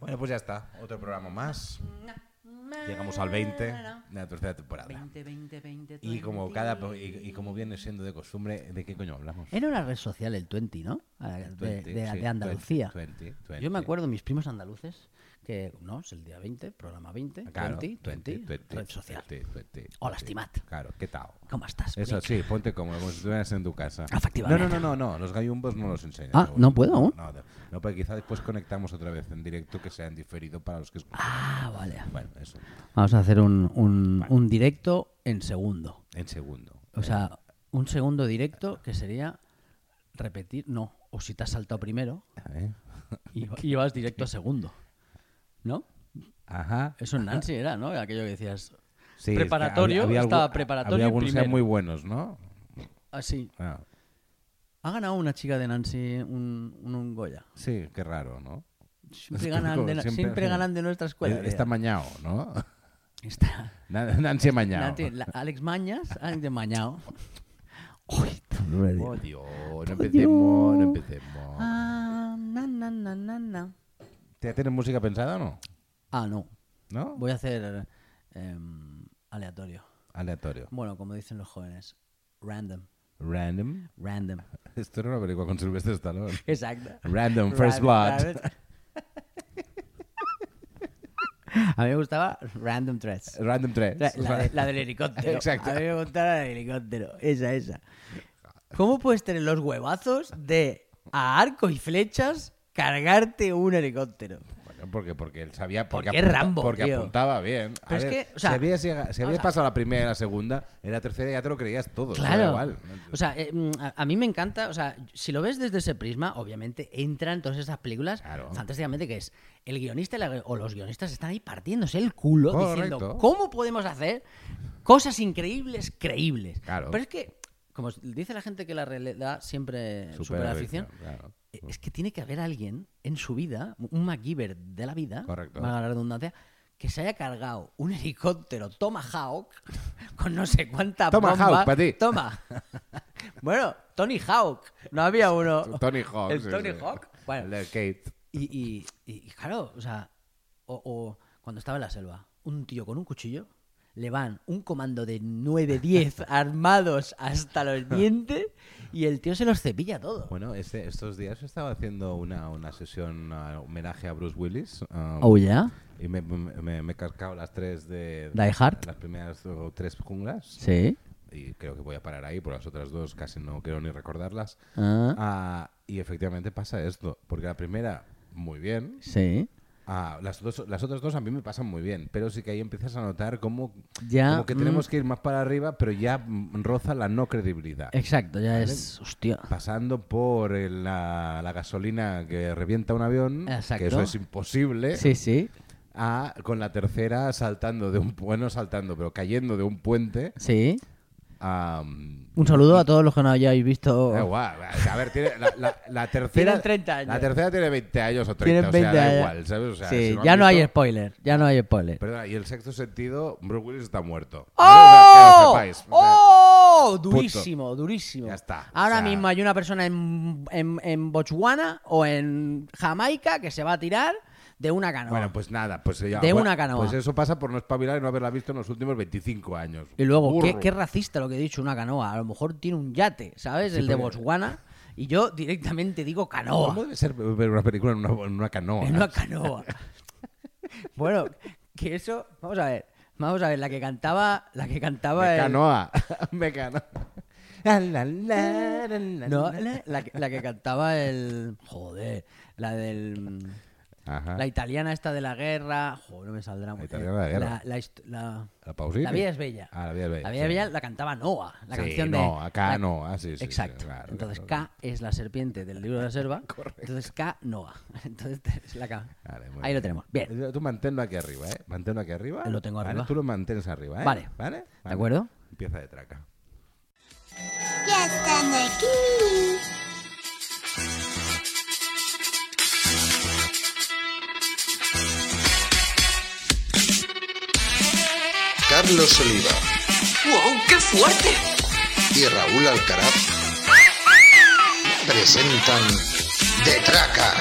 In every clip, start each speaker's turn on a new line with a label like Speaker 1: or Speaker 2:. Speaker 1: Bueno, pues ya está. Otro programa más. Llegamos al 20 de la tercera temporada.
Speaker 2: 20, 20, 20.
Speaker 1: Y como cada pro- y, y como viene siendo de costumbre, ¿de qué coño hablamos?
Speaker 2: Era una red social el 20, ¿no? Ah, De,
Speaker 1: 20,
Speaker 2: de-
Speaker 1: sí,
Speaker 2: de Andalucía.
Speaker 1: 20, 20.
Speaker 2: Yo me acuerdo mis primos andaluces que, no, es el día 20, programa 20,
Speaker 1: Ah, Claro,
Speaker 2: 20, 20, red social.
Speaker 1: 20, 20,
Speaker 2: Hola,
Speaker 1: 20.
Speaker 2: estimat.
Speaker 1: Claro, ¿qué tal?
Speaker 2: ¿Cómo estás?
Speaker 1: Eso
Speaker 2: Brick?
Speaker 1: sí, ponte cómodo, como si estuvieras en tu casa. No,
Speaker 2: Efectivamente.
Speaker 1: no, no, no, no, los gallumbos no los enseñan.
Speaker 2: Ah,
Speaker 1: seguro.
Speaker 2: ¿no puedo aún?
Speaker 1: No, no, no, pero quizá después conectamos otra vez en directo que sea en diferido para los que escuchan.
Speaker 2: Ah, vale.
Speaker 1: Bueno, eso,
Speaker 2: Vamos a hacer un, un- un directo en segundo.
Speaker 1: en segundo.
Speaker 2: O sea, un segundo directo que sería repetir, no, o si te has saltado primero
Speaker 1: A ver.
Speaker 2: y, y vas directo a segundo. ¿no?
Speaker 1: Ajá.
Speaker 2: Eso en Nancy era, ¿no? Aquello que decías.
Speaker 1: Sí, es que
Speaker 2: preparatorio,
Speaker 1: había- había
Speaker 2: estaba
Speaker 1: algu-
Speaker 2: preparatorio
Speaker 1: Había
Speaker 2: y
Speaker 1: algunos que eran
Speaker 2: primero.
Speaker 1: muy buenos, ¿no?
Speaker 2: Así.
Speaker 1: Ah,
Speaker 2: Ha ganado una chica de Nancy un, un, un Goya.
Speaker 1: sí, qué raro, ¿no?
Speaker 2: Siempre,
Speaker 1: Es que
Speaker 2: ganan,
Speaker 1: como
Speaker 2: de, na-
Speaker 1: siempre-
Speaker 2: siempre, ganan de nuestra escuela.
Speaker 1: Eh, Está
Speaker 2: mira.
Speaker 1: mañado, ¿no?
Speaker 2: Está-
Speaker 1: Nan- Nancy mañado.
Speaker 2: Nancy, la- Alex Mañas, Alex de Mañao. Uy,
Speaker 1: Oh, Dios, no empecemos, no empecemos.
Speaker 2: Ah, na, na, na, na, na.
Speaker 1: ¿Te tienes música pensada o no?
Speaker 2: Ah, no.
Speaker 1: ¿No?
Speaker 2: Voy a hacer em, aleatorio.
Speaker 1: Aleatorio.
Speaker 2: Bueno, como dicen los jóvenes, random.
Speaker 1: Random.
Speaker 2: Random.
Speaker 1: Esto era una película con Sylvester Stallone.
Speaker 2: Exacto.
Speaker 1: Random, First Blood.
Speaker 2: Random. A mí me gustaba Random Threads.
Speaker 1: Random 3.
Speaker 2: La, la de- la del helicóptero.
Speaker 1: Exacto. Ah.
Speaker 2: A mí me gustaba la del helicóptero. Esa, esa. ¿Cómo puedes tener los huevazos de a arco y flechas cargarte un helicóptero?
Speaker 1: Bueno, porque, porque él sabía.
Speaker 2: ¿Por
Speaker 1: Porque,
Speaker 2: qué Rambo,
Speaker 1: Porque
Speaker 2: tío?
Speaker 1: apuntaba bien. A
Speaker 2: Pero es que, o sea,
Speaker 1: si habías, llega- si
Speaker 2: o
Speaker 1: habías
Speaker 2: sea-
Speaker 1: pasado la primera y la segunda, en la tercera ya te lo creías todo. eso Pues da
Speaker 2: Claro.
Speaker 1: igual.
Speaker 2: O sea, eh, mm, a, a mí me encanta, o sea, si lo ves desde ese prisma, obviamente entran todas esas películas
Speaker 1: Claro.
Speaker 2: fantásticamente que es el guionista y la gui- o los guionistas están ahí partiéndose el culo diciendo
Speaker 1: Correcto.
Speaker 2: cómo podemos hacer cosas increíbles creíbles.
Speaker 1: Claro.
Speaker 2: Pero es que como dice la gente que la realidad siempre supera, la ficción,
Speaker 1: Claro.
Speaker 2: eh, es que tiene que haber alguien en su vida, un MacGyver de la vida,
Speaker 1: Correcto.
Speaker 2: valga la redundancia, que se haya cargado un helicóptero Tomahawk con no sé cuánta
Speaker 1: Tomahawk,
Speaker 2: bomba.
Speaker 1: pa' ti.
Speaker 2: Toma. bueno, Tony Hawk. No había uno.
Speaker 1: Tony Hawk.
Speaker 2: El
Speaker 1: sí,
Speaker 2: Tony
Speaker 1: sí.
Speaker 2: Hawk. Bueno.
Speaker 1: El de Kate.
Speaker 2: Y, y- y claro, o sea, o, o cuando estaba en la selva, un tío con un cuchillo, le van un comando de 9, 10 armados hasta los dientes y el tío se los cepilla todo.
Speaker 1: Bueno, este- estos días estaba haciendo una, una sesión ah, homenaje a Bruce Willis. ah,
Speaker 2: Oh, ya.
Speaker 1: Y me, me, me- me he cascado las tres de...
Speaker 2: Die Hard.
Speaker 1: Las primeras o, tres junglas.
Speaker 2: Sí.
Speaker 1: Y creo que voy a parar ahí, por las otras dos casi no quiero ni recordarlas.
Speaker 2: Ah,
Speaker 1: Ah, y efectivamente pasa esto, porque la primera, muy bien.
Speaker 2: sí.
Speaker 1: Ah, las, dos, las otras dos a mí me pasan muy bien, pero sí que ahí empiezas a notar cómo,
Speaker 2: Ya, mm.
Speaker 1: como que tenemos que ir más para arriba, pero ya mm, roza la no credibilidad.
Speaker 2: Exacto, ya es. Hostia.
Speaker 1: Pasando por el- la, la gasolina que revienta un avión,
Speaker 2: Exacto.
Speaker 1: que eso es imposible,
Speaker 2: Sí, sí.
Speaker 1: a con la tercera saltando de un bueno saltando, pero cayendo de un puente.
Speaker 2: Sí.
Speaker 1: A, mm,
Speaker 2: Un saludo a todos los que no hayáis visto.
Speaker 1: Da igual, a ver, tiene la, la- la tercera.
Speaker 2: Oh. Tienen 30 años.
Speaker 1: La tercera tiene 20 años o 30,
Speaker 2: Tienen
Speaker 1: o
Speaker 2: 20
Speaker 1: sea, da
Speaker 2: años.
Speaker 1: igual, ¿sabes? O sea,
Speaker 2: sí,
Speaker 1: si han
Speaker 2: ya no hay
Speaker 1: visto-
Speaker 2: spoiler. Ya no hay spoiler.
Speaker 1: Perdona, y el sexto sentido, Bruce Willis está muerto.
Speaker 2: ¡Oh!
Speaker 1: ¿Vale? O sea, que lo sepáis, o sea,
Speaker 2: ¡Oh! Durísimo, durísimo.
Speaker 1: Ya está,
Speaker 2: Ahora
Speaker 1: o sea-
Speaker 2: mismo hay una persona en, en, en Botswana o en Jamaica que se va a tirar de una canoa.
Speaker 1: Bueno, pues nada, pues ya-
Speaker 2: De
Speaker 1: bueno,
Speaker 2: una canoa.
Speaker 1: Pues eso pasa por no espabilar y no haberla visto en los últimos 25 años.
Speaker 2: y luego, ¿qué,
Speaker 1: Burro.
Speaker 2: qué racista lo que he dicho, una canoa. A lo mejor tiene un yate, ¿sabes? El de
Speaker 1: porque-
Speaker 2: Botswana. Y yo directamente digo canoa.
Speaker 1: ¿Cómo debe ser ver una película en una, en una canoa?
Speaker 2: En una canoa. bueno, que eso, vamos a ver, vamos a ver, la que cantaba, la que cantaba
Speaker 1: Me
Speaker 2: el-
Speaker 1: canoa. Me canoa. La, la, la, la, la,
Speaker 2: no,
Speaker 1: la.
Speaker 2: la, la que, la que cantaba el joder, la del
Speaker 1: Ajá.
Speaker 2: la italiana esta de la guerra, joder, no me saldrá.
Speaker 1: Ah. La italiana de la guerra.
Speaker 2: La, hist- la-
Speaker 1: La Pausini.
Speaker 2: La vida es bella.
Speaker 1: Ah, la vida es bella.
Speaker 2: La vida
Speaker 1: sí.
Speaker 2: bella la cantaba Noah, la
Speaker 1: Sí,
Speaker 2: canción de
Speaker 1: no, acá
Speaker 2: la-
Speaker 1: no, ah, sí, sí, sí,
Speaker 2: Exacto.
Speaker 1: claro,
Speaker 2: Entonces
Speaker 1: claro.
Speaker 2: K es la serpiente del libro de la selva. Entonces K Noah. Entonces es la K.
Speaker 1: Vale, muy
Speaker 2: Ahí
Speaker 1: bien.
Speaker 2: lo tenemos. Bien.
Speaker 1: Yo- Tú manténlo aquí arriba, ¿eh? Manténlo aquí arriba.
Speaker 2: Lo tengo
Speaker 1: Vale,
Speaker 2: arriba.
Speaker 1: Tú lo mantienes arriba, ¿eh?
Speaker 2: Vale.
Speaker 1: ¿Vale? Vale.
Speaker 2: acuerdo?
Speaker 1: Empieza de traca.
Speaker 3: Ya están aquí.
Speaker 4: Carlos Oliva
Speaker 5: ¡Wow! ¡Qué fuerte!
Speaker 4: y Raúl Alcaraz presentan Detraca.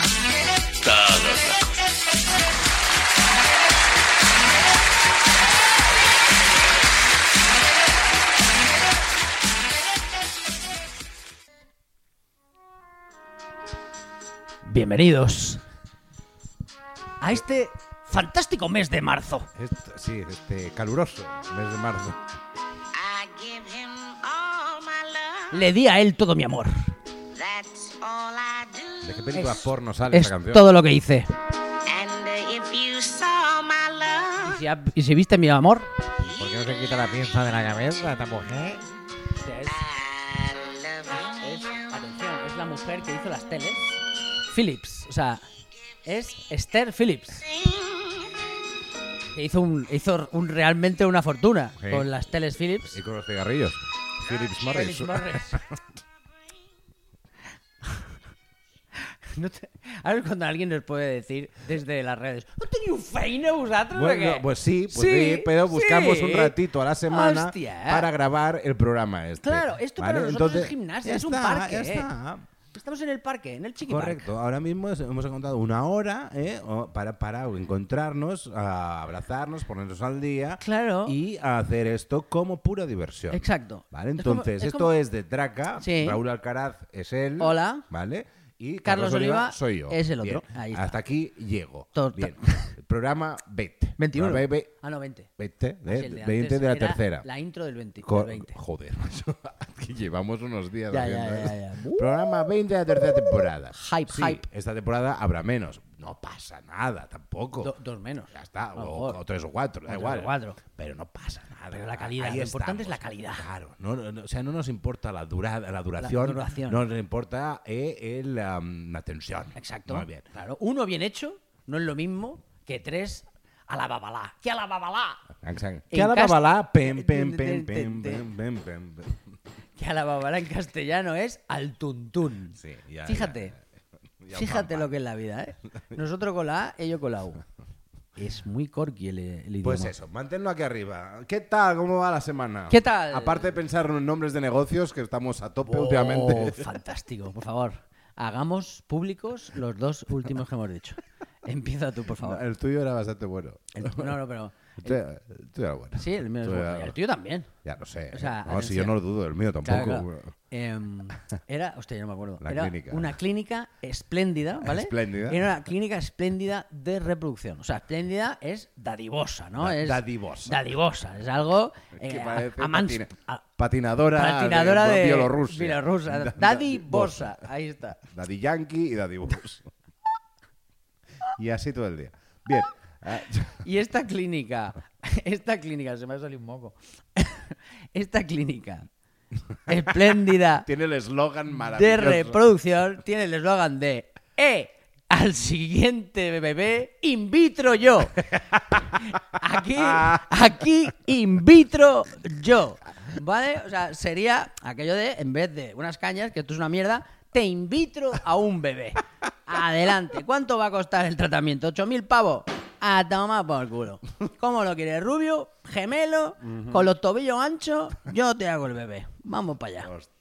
Speaker 2: Bienvenidos a este fantástico mes de marzo.
Speaker 1: Esto- sí, este caluroso mes de marzo.
Speaker 6: I give him all my love.
Speaker 2: Le di a él todo mi amor.
Speaker 6: That's all I do.
Speaker 1: ¿De qué película
Speaker 2: Es-
Speaker 1: porno sale
Speaker 2: Es
Speaker 1: esta canción?
Speaker 2: todo lo que hice.
Speaker 6: And uh, if you saw my
Speaker 2: Y
Speaker 6: love,
Speaker 2: si, ha- y si viste mi amor,
Speaker 1: ¿Por qué no se quita la pinza de la cabeza esta mujer?
Speaker 6: I love
Speaker 2: este es,
Speaker 6: you.
Speaker 2: atención, es la mujer que hizo las teles. Phillips, o sea, es Esther Phillips. Que hizo, un, hizo un- realmente una fortuna
Speaker 1: Sí.
Speaker 2: con las teles Phillips.
Speaker 1: Y Pues con los cigarrillos. Philips Morris.
Speaker 2: Ah, Phillips Morris. No te- Ahora es cuando alguien nos puede decir desde las redes, ¿no tenéis un feine vosotros? o
Speaker 1: Bueno,
Speaker 2: qué?"
Speaker 1: pues sí, pues sí, pero buscamos
Speaker 2: sí.
Speaker 1: un ratito a la semana
Speaker 2: Hostia.
Speaker 1: para grabar el programa este.
Speaker 2: Claro, esto para nosotros es gimnasia,
Speaker 1: ya
Speaker 2: es un
Speaker 1: está,
Speaker 2: parque,
Speaker 1: ya
Speaker 2: ¿eh?
Speaker 1: está.
Speaker 2: Estamos en el parque, en el chiquipark.
Speaker 1: Correcto, ahora mismo es- hemos encontrado una hora ¿eh? o- para, para encontrarnos, a abrazarnos, ponernos al día
Speaker 2: Claro.
Speaker 1: y a hacer esto como pura diversión.
Speaker 2: Exacto.
Speaker 1: ¿Vale?
Speaker 2: Es como-
Speaker 1: Entonces,
Speaker 2: es
Speaker 1: esto
Speaker 2: como-
Speaker 1: es de Traca,
Speaker 2: Sí.
Speaker 1: Raúl Alcaraz es él.
Speaker 2: Hola.
Speaker 1: ¿Vale? Y
Speaker 2: Carlos
Speaker 1: Carlos, Oliva,
Speaker 2: Oliva
Speaker 1: soy yo.
Speaker 2: es el otro.
Speaker 1: Bien.
Speaker 2: Ahí está.
Speaker 1: Hasta aquí llego.
Speaker 2: Tota-
Speaker 1: Bien. Programa 20.
Speaker 2: 21.
Speaker 1: Programa 20,
Speaker 2: Ah, no, 20.
Speaker 1: 20, ¿eh?
Speaker 2: Sí, el de
Speaker 1: 20
Speaker 2: antes
Speaker 1: de la
Speaker 2: era
Speaker 1: tercera.
Speaker 2: La intro del 20.
Speaker 1: Co-
Speaker 2: del 20.
Speaker 1: Joder, macho, que llevamos unos días
Speaker 2: Ya,
Speaker 1: haciendo
Speaker 2: ya, ya,
Speaker 1: esto.
Speaker 2: ya. Uh.
Speaker 1: Programa 20 de la tercera temporada.
Speaker 2: Hype,
Speaker 1: Sí,
Speaker 2: hype.
Speaker 1: Esta temporada habrá menos. No pasa nada, tampoco.
Speaker 2: Do- dos menos.
Speaker 1: ya está,
Speaker 2: A lo
Speaker 1: o,
Speaker 2: mejor.
Speaker 1: o tres o cuatro, da
Speaker 2: O tres
Speaker 1: igual.
Speaker 2: o cuatro.
Speaker 1: Pero no pasa nada.
Speaker 2: Pero la calidad,
Speaker 1: Ahí
Speaker 2: lo importante es la
Speaker 1: estamos.
Speaker 2: calidad.
Speaker 1: Claro, no, no, no, o sea, no nos importa la, durada, la duración,
Speaker 2: duración.
Speaker 1: no nos importa eh, el, am, la tensión.
Speaker 2: Exacto.
Speaker 1: Muy bien.
Speaker 2: Claro. Uno bien hecho no es lo mismo que tres a la babalá. ¡Que a la babalá!
Speaker 1: Que a la
Speaker 2: cast-
Speaker 1: babalá,
Speaker 2: Eh,
Speaker 1: pem, pem, pem, pem, pem, pem, pem, pem.
Speaker 2: Que a la babalá en castellano es al tuntún.
Speaker 1: Sí, ya,
Speaker 2: Fíjate.
Speaker 1: ya, ya.
Speaker 2: Fíjate lo que es la vida, ¿eh? Nosotros con la A, ellos con la U. Es muy corky el, el idioma.
Speaker 1: Pues eso, manténlo aquí arriba. ¿Qué tal? ¿Cómo va la semana?
Speaker 2: ¿Qué tal?
Speaker 1: Aparte de pensar en nombres de negocios que estamos a tope
Speaker 2: Oh,
Speaker 1: últimamente.
Speaker 2: Fantástico, por favor. Hagamos públicos los dos últimos que hemos dicho. Empieza tú, por favor.
Speaker 1: El tuyo era bastante bueno.
Speaker 2: El- no, no, pero.
Speaker 1: El tuyo, el tuyo era bueno.
Speaker 2: Sí, el mío es
Speaker 1: Tú
Speaker 2: bueno.
Speaker 1: era-
Speaker 2: Y El tuyo también.
Speaker 1: Ya lo sé. ¿eh?
Speaker 2: O sea,
Speaker 1: no, si
Speaker 2: atención.
Speaker 1: yo no lo dudo, el mío tampoco.
Speaker 2: Claro, claro. Em, era, hostia, yo no me acuerdo.
Speaker 1: La
Speaker 2: era
Speaker 1: clínica.
Speaker 2: una clínica espléndida, ¿vale?
Speaker 1: Espléndida.
Speaker 2: Era una clínica espléndida de reproducción. O sea, espléndida es dadivosa, ¿no?
Speaker 1: Da-
Speaker 2: es
Speaker 1: dadivosa.
Speaker 2: Dadivosa. Es algo.
Speaker 1: Que
Speaker 2: eh, a-
Speaker 1: parece
Speaker 2: amans-
Speaker 1: patina-
Speaker 2: a-
Speaker 1: patinadora,
Speaker 2: patinadora
Speaker 1: de,
Speaker 2: de
Speaker 1: Bielorrusia.
Speaker 2: Bielorrusia.
Speaker 1: Da-
Speaker 2: Dadivosa. Ahí está.
Speaker 1: Daddy Yankee y Daddy Bus. y así todo el día. Bien. Ah,
Speaker 2: Y esta clínica, esta clínica, se me ha salido un moco. Esta clínica espléndida
Speaker 1: Tiene el eslogan
Speaker 2: de
Speaker 1: maravilloso.
Speaker 2: reproducción tiene el eslogan de ¡Eh! Al siguiente bebé invitro yo. Aquí, aquí invitro yo. ¿Vale? O sea, sería aquello de, en vez de unas cañas, que esto es una mierda, te invitro a un bebé. Adelante. ¿Cuánto va a costar el tratamiento? ¿8.000 pavos? A tomar por culo. ¿Cómo lo quieres? ¿Rubio? ¿Gemelo? ¿Con los tobillos anchos? Yo te hago el bebé. Vamos para allá.
Speaker 1: Hostia.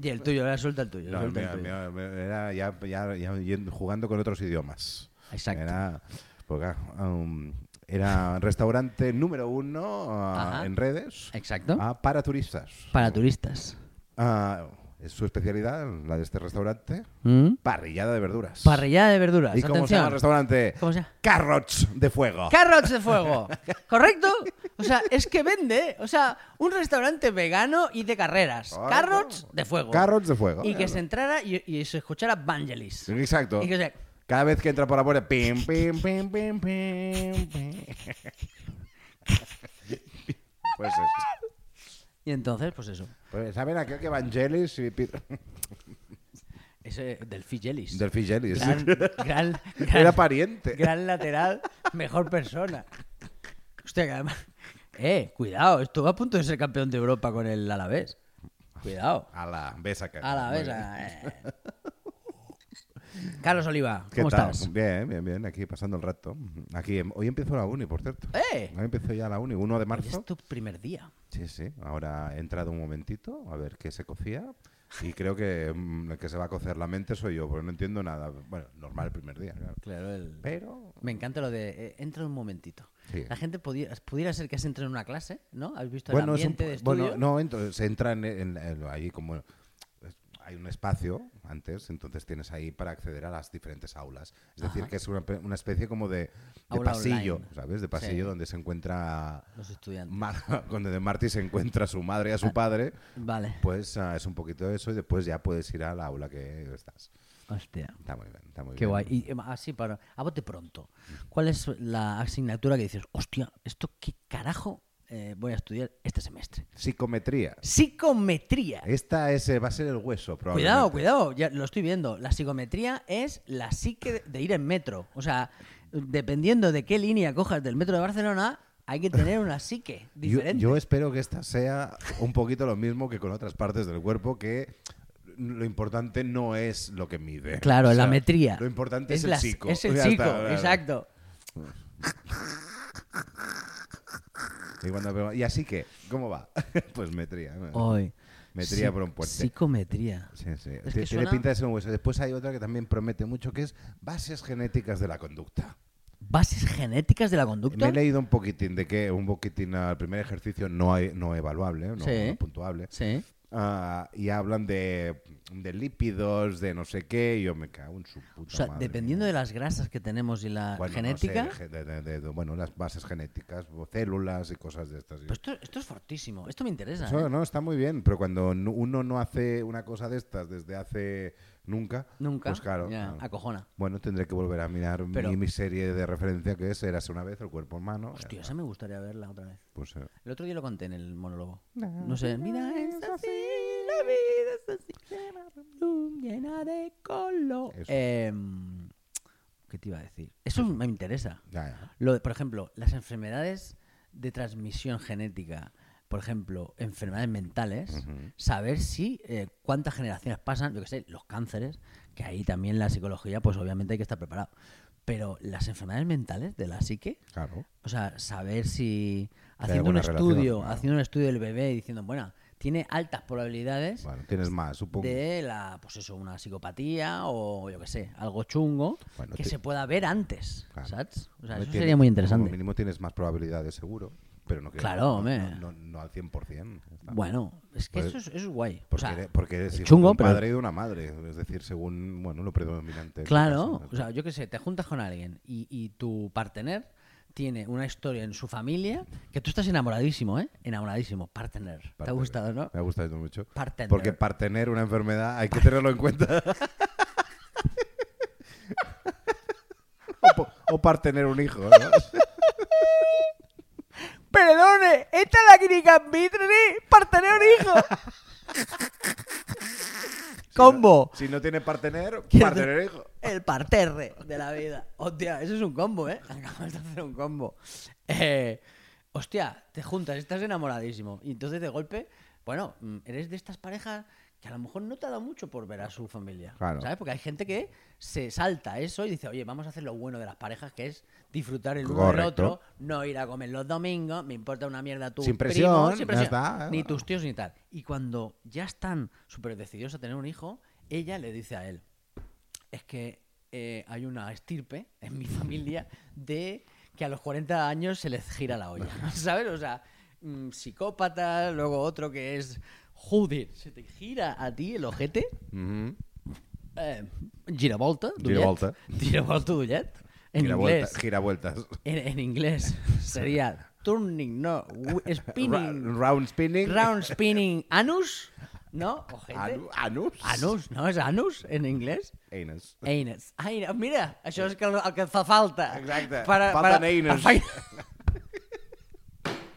Speaker 2: Y el tuyo, ahora suelta el tuyo.
Speaker 1: No,
Speaker 2: suelta
Speaker 1: mira,
Speaker 2: el tuyo.
Speaker 1: mira, mira, era ya, ya- ya yendo- jugando con otros idiomas.
Speaker 2: Exacto.
Speaker 1: Era, porque, ah, um, era restaurante número uno ah,
Speaker 2: Ajá.
Speaker 1: en redes
Speaker 2: Exacto.
Speaker 1: ah, para turistas.
Speaker 2: Para turistas.
Speaker 1: Ah, es su especialidad, la de este restaurante,
Speaker 2: ¿Mm?
Speaker 1: parrillada de verduras.
Speaker 2: Parrillada de verduras.
Speaker 1: ¿Y cómo se
Speaker 2: atención.
Speaker 1: llama el restaurante?
Speaker 2: ¿Cómo se llama?
Speaker 1: Carrots de fuego.
Speaker 2: Carrots de fuego. ¿Correcto? O sea, es que vende. ¿eh? O sea, un restaurante vegano y de carreras.
Speaker 1: Correcto.
Speaker 2: Carrots de fuego.
Speaker 1: Carrots de fuego.
Speaker 2: Y que se entrara y, y se escuchara Vangelis.
Speaker 1: Exacto.
Speaker 2: Y que se-
Speaker 1: Cada vez que entra por la puerta, pim, pim, pim, pim, pim, pim. pues eso.
Speaker 2: Y entonces, pues eso.
Speaker 1: Pues, ¿Saben aquel que Vangelis y Pit-
Speaker 2: Ese del Figelis.
Speaker 1: del Figelis?
Speaker 2: Gran, gran, gran-
Speaker 1: Era pariente.
Speaker 2: Gran lateral, mejor persona. Hostia, que además. Eh, cuidado, estuvo a punto de ser campeón de Europa con el Alavés. Cuidado.
Speaker 1: A la besa que.
Speaker 2: A la
Speaker 1: Muy
Speaker 2: vez.
Speaker 1: bien.
Speaker 2: eh. Carlos Oliva,
Speaker 1: ¿Qué
Speaker 2: ¿cómo
Speaker 1: tal?
Speaker 2: estás?
Speaker 1: Bien, bien, bien. Aquí pasando el rato. Aquí, em, hoy empiezo la uni, por cierto.
Speaker 2: ¡Eh!
Speaker 1: Hoy empiezo ya la uni, 1 de
Speaker 2: Hoy
Speaker 1: marzo.
Speaker 2: es tu primer día.
Speaker 1: Sí, sí. Ahora he entrado un momentito a ver qué se cocía. Y creo que mm, el que se va a cocer la mente soy yo, porque no entiendo nada. Bueno, normal el primer día, claro.
Speaker 2: Claro, el...
Speaker 1: Pero.
Speaker 2: Me encanta lo de eh, entra un momentito.
Speaker 1: Eh. Sí.
Speaker 2: La gente pudiera, pudiera ser que has entrado en una clase, ¿no? ¿Has visto el
Speaker 1: es un
Speaker 2: ambiente
Speaker 1: po-
Speaker 2: de estudio?
Speaker 1: bueno, no, entro- se entra en, en- en- ahí como. es- hay un espacio antes, entonces tienes ahí para acceder a las diferentes aulas. Es decir, que es una, pe- una especie como de, de
Speaker 2: Aula
Speaker 1: pasillo,
Speaker 2: online.
Speaker 1: ¿sabes? De pasillo
Speaker 2: Sí.
Speaker 1: donde se encuentra...
Speaker 2: Los estudiantes.
Speaker 1: Mar- donde Marty se encuentra a su madre y a
Speaker 2: Ah.
Speaker 1: su padre.
Speaker 2: Vale.
Speaker 1: Pues ah, es un poquito eso y después ya puedes ir al aula que estás.
Speaker 2: Hostia.
Speaker 1: Está muy bien, está muy
Speaker 2: Qué
Speaker 1: bien.
Speaker 2: guay. Y em, así, para, a bote pronto, ¿cuál es la asignatura que dices, hostia, esto qué carajo eh, voy a estudiar este semestre?
Speaker 1: Psicometría.
Speaker 2: Psicometría.
Speaker 1: Esta es, eh, va a ser el hueso, probablemente.
Speaker 2: Cuidado, cuidado, ya lo estoy viendo. La psicometría es la psique de ir en metro. O sea, dependiendo de qué línea cojas del metro de Barcelona, hay que tener una psique
Speaker 1: Yo,
Speaker 2: diferente.
Speaker 1: yo espero que esta sea un poquito lo mismo que con otras partes del cuerpo, que lo importante no es lo que mide.
Speaker 2: Claro,
Speaker 1: O sea,
Speaker 2: la metría.
Speaker 1: Lo importante es, el
Speaker 2: la-
Speaker 1: psico.
Speaker 2: Es el
Speaker 1: Ya
Speaker 2: psico,
Speaker 1: está, claro.
Speaker 2: exacto.
Speaker 1: Y, cuando- y así que, ¿cómo va? pues metría.
Speaker 2: Hoy.
Speaker 1: Metría
Speaker 2: Psi-
Speaker 1: por un puente.
Speaker 2: Psicometría.
Speaker 1: Sí, sí.
Speaker 2: Es que
Speaker 1: Tiene
Speaker 2: suena-
Speaker 1: pinta de ser un hueso. Después hay otra que también promete mucho, que es bases genéticas de la conducta.
Speaker 2: Bases genéticas de la
Speaker 1: Me
Speaker 2: conducta.
Speaker 1: he leído un poquitín de que un poquitín al primer ejercicio no, hay- no evaluable, ¿eh? no,
Speaker 2: Sí.
Speaker 1: no puntuable.
Speaker 2: Sí.
Speaker 1: Ah, y hablan de, de lípidos, de no sé qué, y yo me cago en su
Speaker 2: O
Speaker 1: puta
Speaker 2: sea,
Speaker 1: madre.
Speaker 2: dependiendo de las grasas que tenemos y la
Speaker 1: Bueno, no
Speaker 2: genética.
Speaker 1: sé, de- de- de- de- bueno, las bases genéticas, o células y cosas de estas.
Speaker 2: Pues esto, esto es fortísimo. Esto me interesa.
Speaker 1: Eso,
Speaker 2: ¿eh?
Speaker 1: no, está muy bien, pero cuando no- uno no hace una cosa de estas desde hace nunca,
Speaker 2: Nunca.
Speaker 1: pues claro.
Speaker 2: Ya,
Speaker 1: no.
Speaker 2: acojona.
Speaker 1: Bueno, tendré que volver a mirar
Speaker 2: Pero-
Speaker 1: mi, mi serie de referencia que es Érase una vez el cuerpo humano.
Speaker 2: Hostia, esa me gustaría verla otra vez.
Speaker 1: Pues, eh,
Speaker 2: El otro día lo conté en el monólogo. No sé, mira, es así, la vida es así, llena de luz, llena de color.
Speaker 1: Eso.
Speaker 2: Em, ¿Qué te iba a decir? Eso me interesa.
Speaker 1: ya, ya.
Speaker 2: Lo de, por ejemplo, las enfermedades de transmisión genética, por ejemplo, enfermedades mentales, saber si eh, cuántas generaciones pasan, yo qué sé, los cánceres, que ahí también la psicología, pues obviamente hay que estar preparado. Pero las enfermedades mentales de la psique,
Speaker 1: Claro.
Speaker 2: o sea, saber si haciendo un
Speaker 1: alguna relación,
Speaker 2: estudio,
Speaker 1: claro.
Speaker 2: haciendo un estudio del bebé y diciendo, bueno, tiene altas probabilidades
Speaker 1: Bueno, tienes más, supongo.
Speaker 2: de la, pues eso, una psicopatía o yo qué sé, algo chungo
Speaker 1: Bueno,
Speaker 2: que
Speaker 1: te-
Speaker 2: se pueda ver antes,
Speaker 1: Claro.
Speaker 2: ¿sabes? O sea,
Speaker 1: Hombre,
Speaker 2: eso
Speaker 1: tiene-
Speaker 2: sería muy
Speaker 1: Como
Speaker 2: interesante.
Speaker 1: mínimo tienes más probabilidades, seguro. Pero no que-
Speaker 2: Claro,
Speaker 1: no-
Speaker 2: hombre.
Speaker 1: No, no- no al 100%. ya está.
Speaker 2: Bueno, es que
Speaker 1: Pues-
Speaker 2: eso, es, eso es guay. O
Speaker 1: Porque,
Speaker 2: sea,
Speaker 1: eres, porque eres
Speaker 2: es
Speaker 1: hijo
Speaker 2: chungo,
Speaker 1: de un
Speaker 2: pero-
Speaker 1: padre y de una madre. Es decir, según bueno, lo predominante. de tu
Speaker 2: claro,
Speaker 1: persona.
Speaker 2: o sea, yo qué sé, te juntas con alguien y, y tu partener tiene una historia en su familia que tú estás enamoradísimo, ¿eh? Enamoradísimo, partener. ¿Te ha
Speaker 1: Partener.
Speaker 2: gustado, no?
Speaker 1: Me ha gustado mucho.
Speaker 2: Partener.
Speaker 1: Porque para tener una enfermedad hay que tenerlo en cuenta. o, po- o para tener un hijo. ¿no?
Speaker 2: Perdone, esta es la clínica Vitri para tener un hijo. Combo.
Speaker 1: Si no tiene para tener,
Speaker 2: Quiero
Speaker 1: para tener hijo.
Speaker 2: El parterre de la vida. Hostia, eso es un combo, ¿eh? Acabas de hacer un combo. Eh, hostia, te juntas, estás enamoradísimo. Y entonces de golpe, bueno, mm, eres de estas parejas que a lo mejor no te ha dado mucho por ver a su familia.
Speaker 1: Claro.
Speaker 2: ¿Sabes? Porque hay gente que se salta eso y dice, oye, vamos a hacer lo bueno de las parejas, que es disfrutar el uno del
Speaker 1: Correcto.
Speaker 2: otro, no ir a comer los domingos, me importa una mierda tu
Speaker 1: Sin
Speaker 2: primo,
Speaker 1: presión,
Speaker 2: sin
Speaker 1: ya
Speaker 2: presión,
Speaker 1: está.
Speaker 2: ni tus tíos ni tal. Y cuando ya están súper decididos a tener un hijo, ella le dice a él, es que eh, hay una estirpe en mi familia de que a los 40 años se les gira la olla, ¿sabes? O sea, mm, psicópata, luego otro que es, joder, se te gira a ti el ojete,
Speaker 1: Ujú.
Speaker 2: eh, giravolta, Dullet,
Speaker 1: Giravolta.
Speaker 2: giravolta, Dullet, en
Speaker 1: gira,
Speaker 2: inglés,
Speaker 1: vueltas, gira vueltas.
Speaker 2: en, en inglés sería turning, no, wi-
Speaker 1: Ra-
Speaker 2: spinning,
Speaker 1: round spinning.
Speaker 2: round spinning, anus, ¿no? Ojete.
Speaker 1: Anu- anus.
Speaker 2: Anus, ¿no? ¿Es anus en inglés?
Speaker 1: Anus.
Speaker 2: Eines. Ai, mira, això és que el, el que fa falta.
Speaker 1: Exacte, falten eines.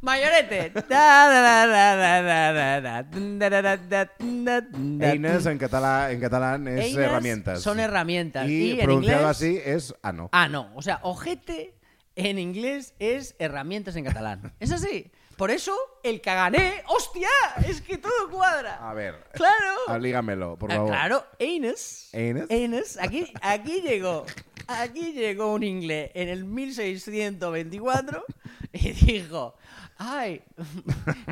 Speaker 2: Mayorete. Da, da, da, da, da, da, da, da, dun, da, da, da, da, dun, da, dun, da,
Speaker 1: Eines
Speaker 2: dun.
Speaker 1: en catalán, en catalán es
Speaker 2: Eines
Speaker 1: herramientas.
Speaker 2: son herramientas.
Speaker 1: Y,
Speaker 2: Y en
Speaker 1: pronunciado
Speaker 2: inglés-
Speaker 1: así es ano.
Speaker 2: Ah, no. O sea, ojete en inglés es herramientas en catalán. Es así. Por eso, el cagané, hostia, es que todo cuadra.
Speaker 1: A ver.
Speaker 2: Ah, Claro.
Speaker 1: Alígamelo, por
Speaker 2: Ah,
Speaker 1: favor.
Speaker 2: Claro, anus.
Speaker 1: Anus.
Speaker 2: Aquí, aquí llegó. Aquí llegó un inglés en el 1624 y dijo, ay,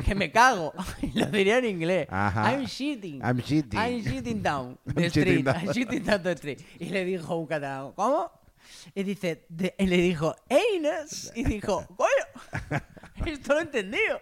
Speaker 2: que me cago. Lo diría en inglés.
Speaker 1: Ajá.
Speaker 2: I'm shitting.
Speaker 1: I'm shitting.
Speaker 2: I'm shitting down the
Speaker 1: I'm
Speaker 2: street.
Speaker 1: shitting down.
Speaker 2: I'm shitting down the street. Y le dijo un catalán, ¿cómo? Y dice, de- y le dijo, anus. Y dijo, coño, esto lo he entendido.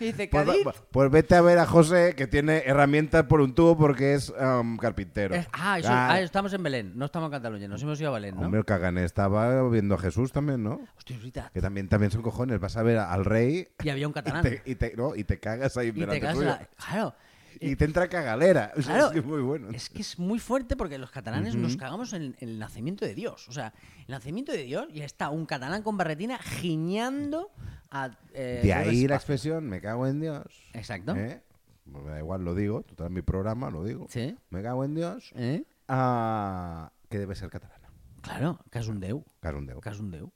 Speaker 2: Y dice,
Speaker 1: Pues, va-
Speaker 2: Cádiz.
Speaker 1: va- pues vete a ver a José que tiene herramientas por un tubo porque es am, carpintero.
Speaker 2: Es- ah, eso,
Speaker 1: Ah,
Speaker 2: ah, estamos en Belén, no estamos en Cataluña, nos hemos ido a Belén, ¿no?
Speaker 1: Hombre, el Cagané estaba viendo a Jesús también, ¿no?
Speaker 2: Hostia, es verdad.
Speaker 1: Que también, también son cojones. Vas a ver a- al rey
Speaker 2: Y había un
Speaker 1: y
Speaker 2: catalán.
Speaker 1: te, y te- no, y te cagas ahí
Speaker 2: Y te
Speaker 1: delante
Speaker 2: cagas en
Speaker 1: tuyo.
Speaker 2: la- Claro.
Speaker 1: Y te entra cagalera. O sea,
Speaker 2: Claro,
Speaker 1: es que es muy bueno.
Speaker 2: Es que es muy fuerte porque los catalanes nos cagamos en, en el nacimiento de Dios. O sea, el nacimiento de Dios y está un catalán con barretina giñando a. eh,
Speaker 1: De ahí la
Speaker 2: Robespierre.
Speaker 1: expresión, me cago en Dios.
Speaker 2: Exacto.
Speaker 1: ¿Eh? Me da igual, lo digo. Total, en mi programa lo digo.
Speaker 2: Sí.
Speaker 1: Me cago en Dios.
Speaker 2: ¿Eh?
Speaker 1: Ah, que debe ser catalana.
Speaker 2: Claro, que es un deu.
Speaker 1: Cago en Déu.
Speaker 2: Que es un deu.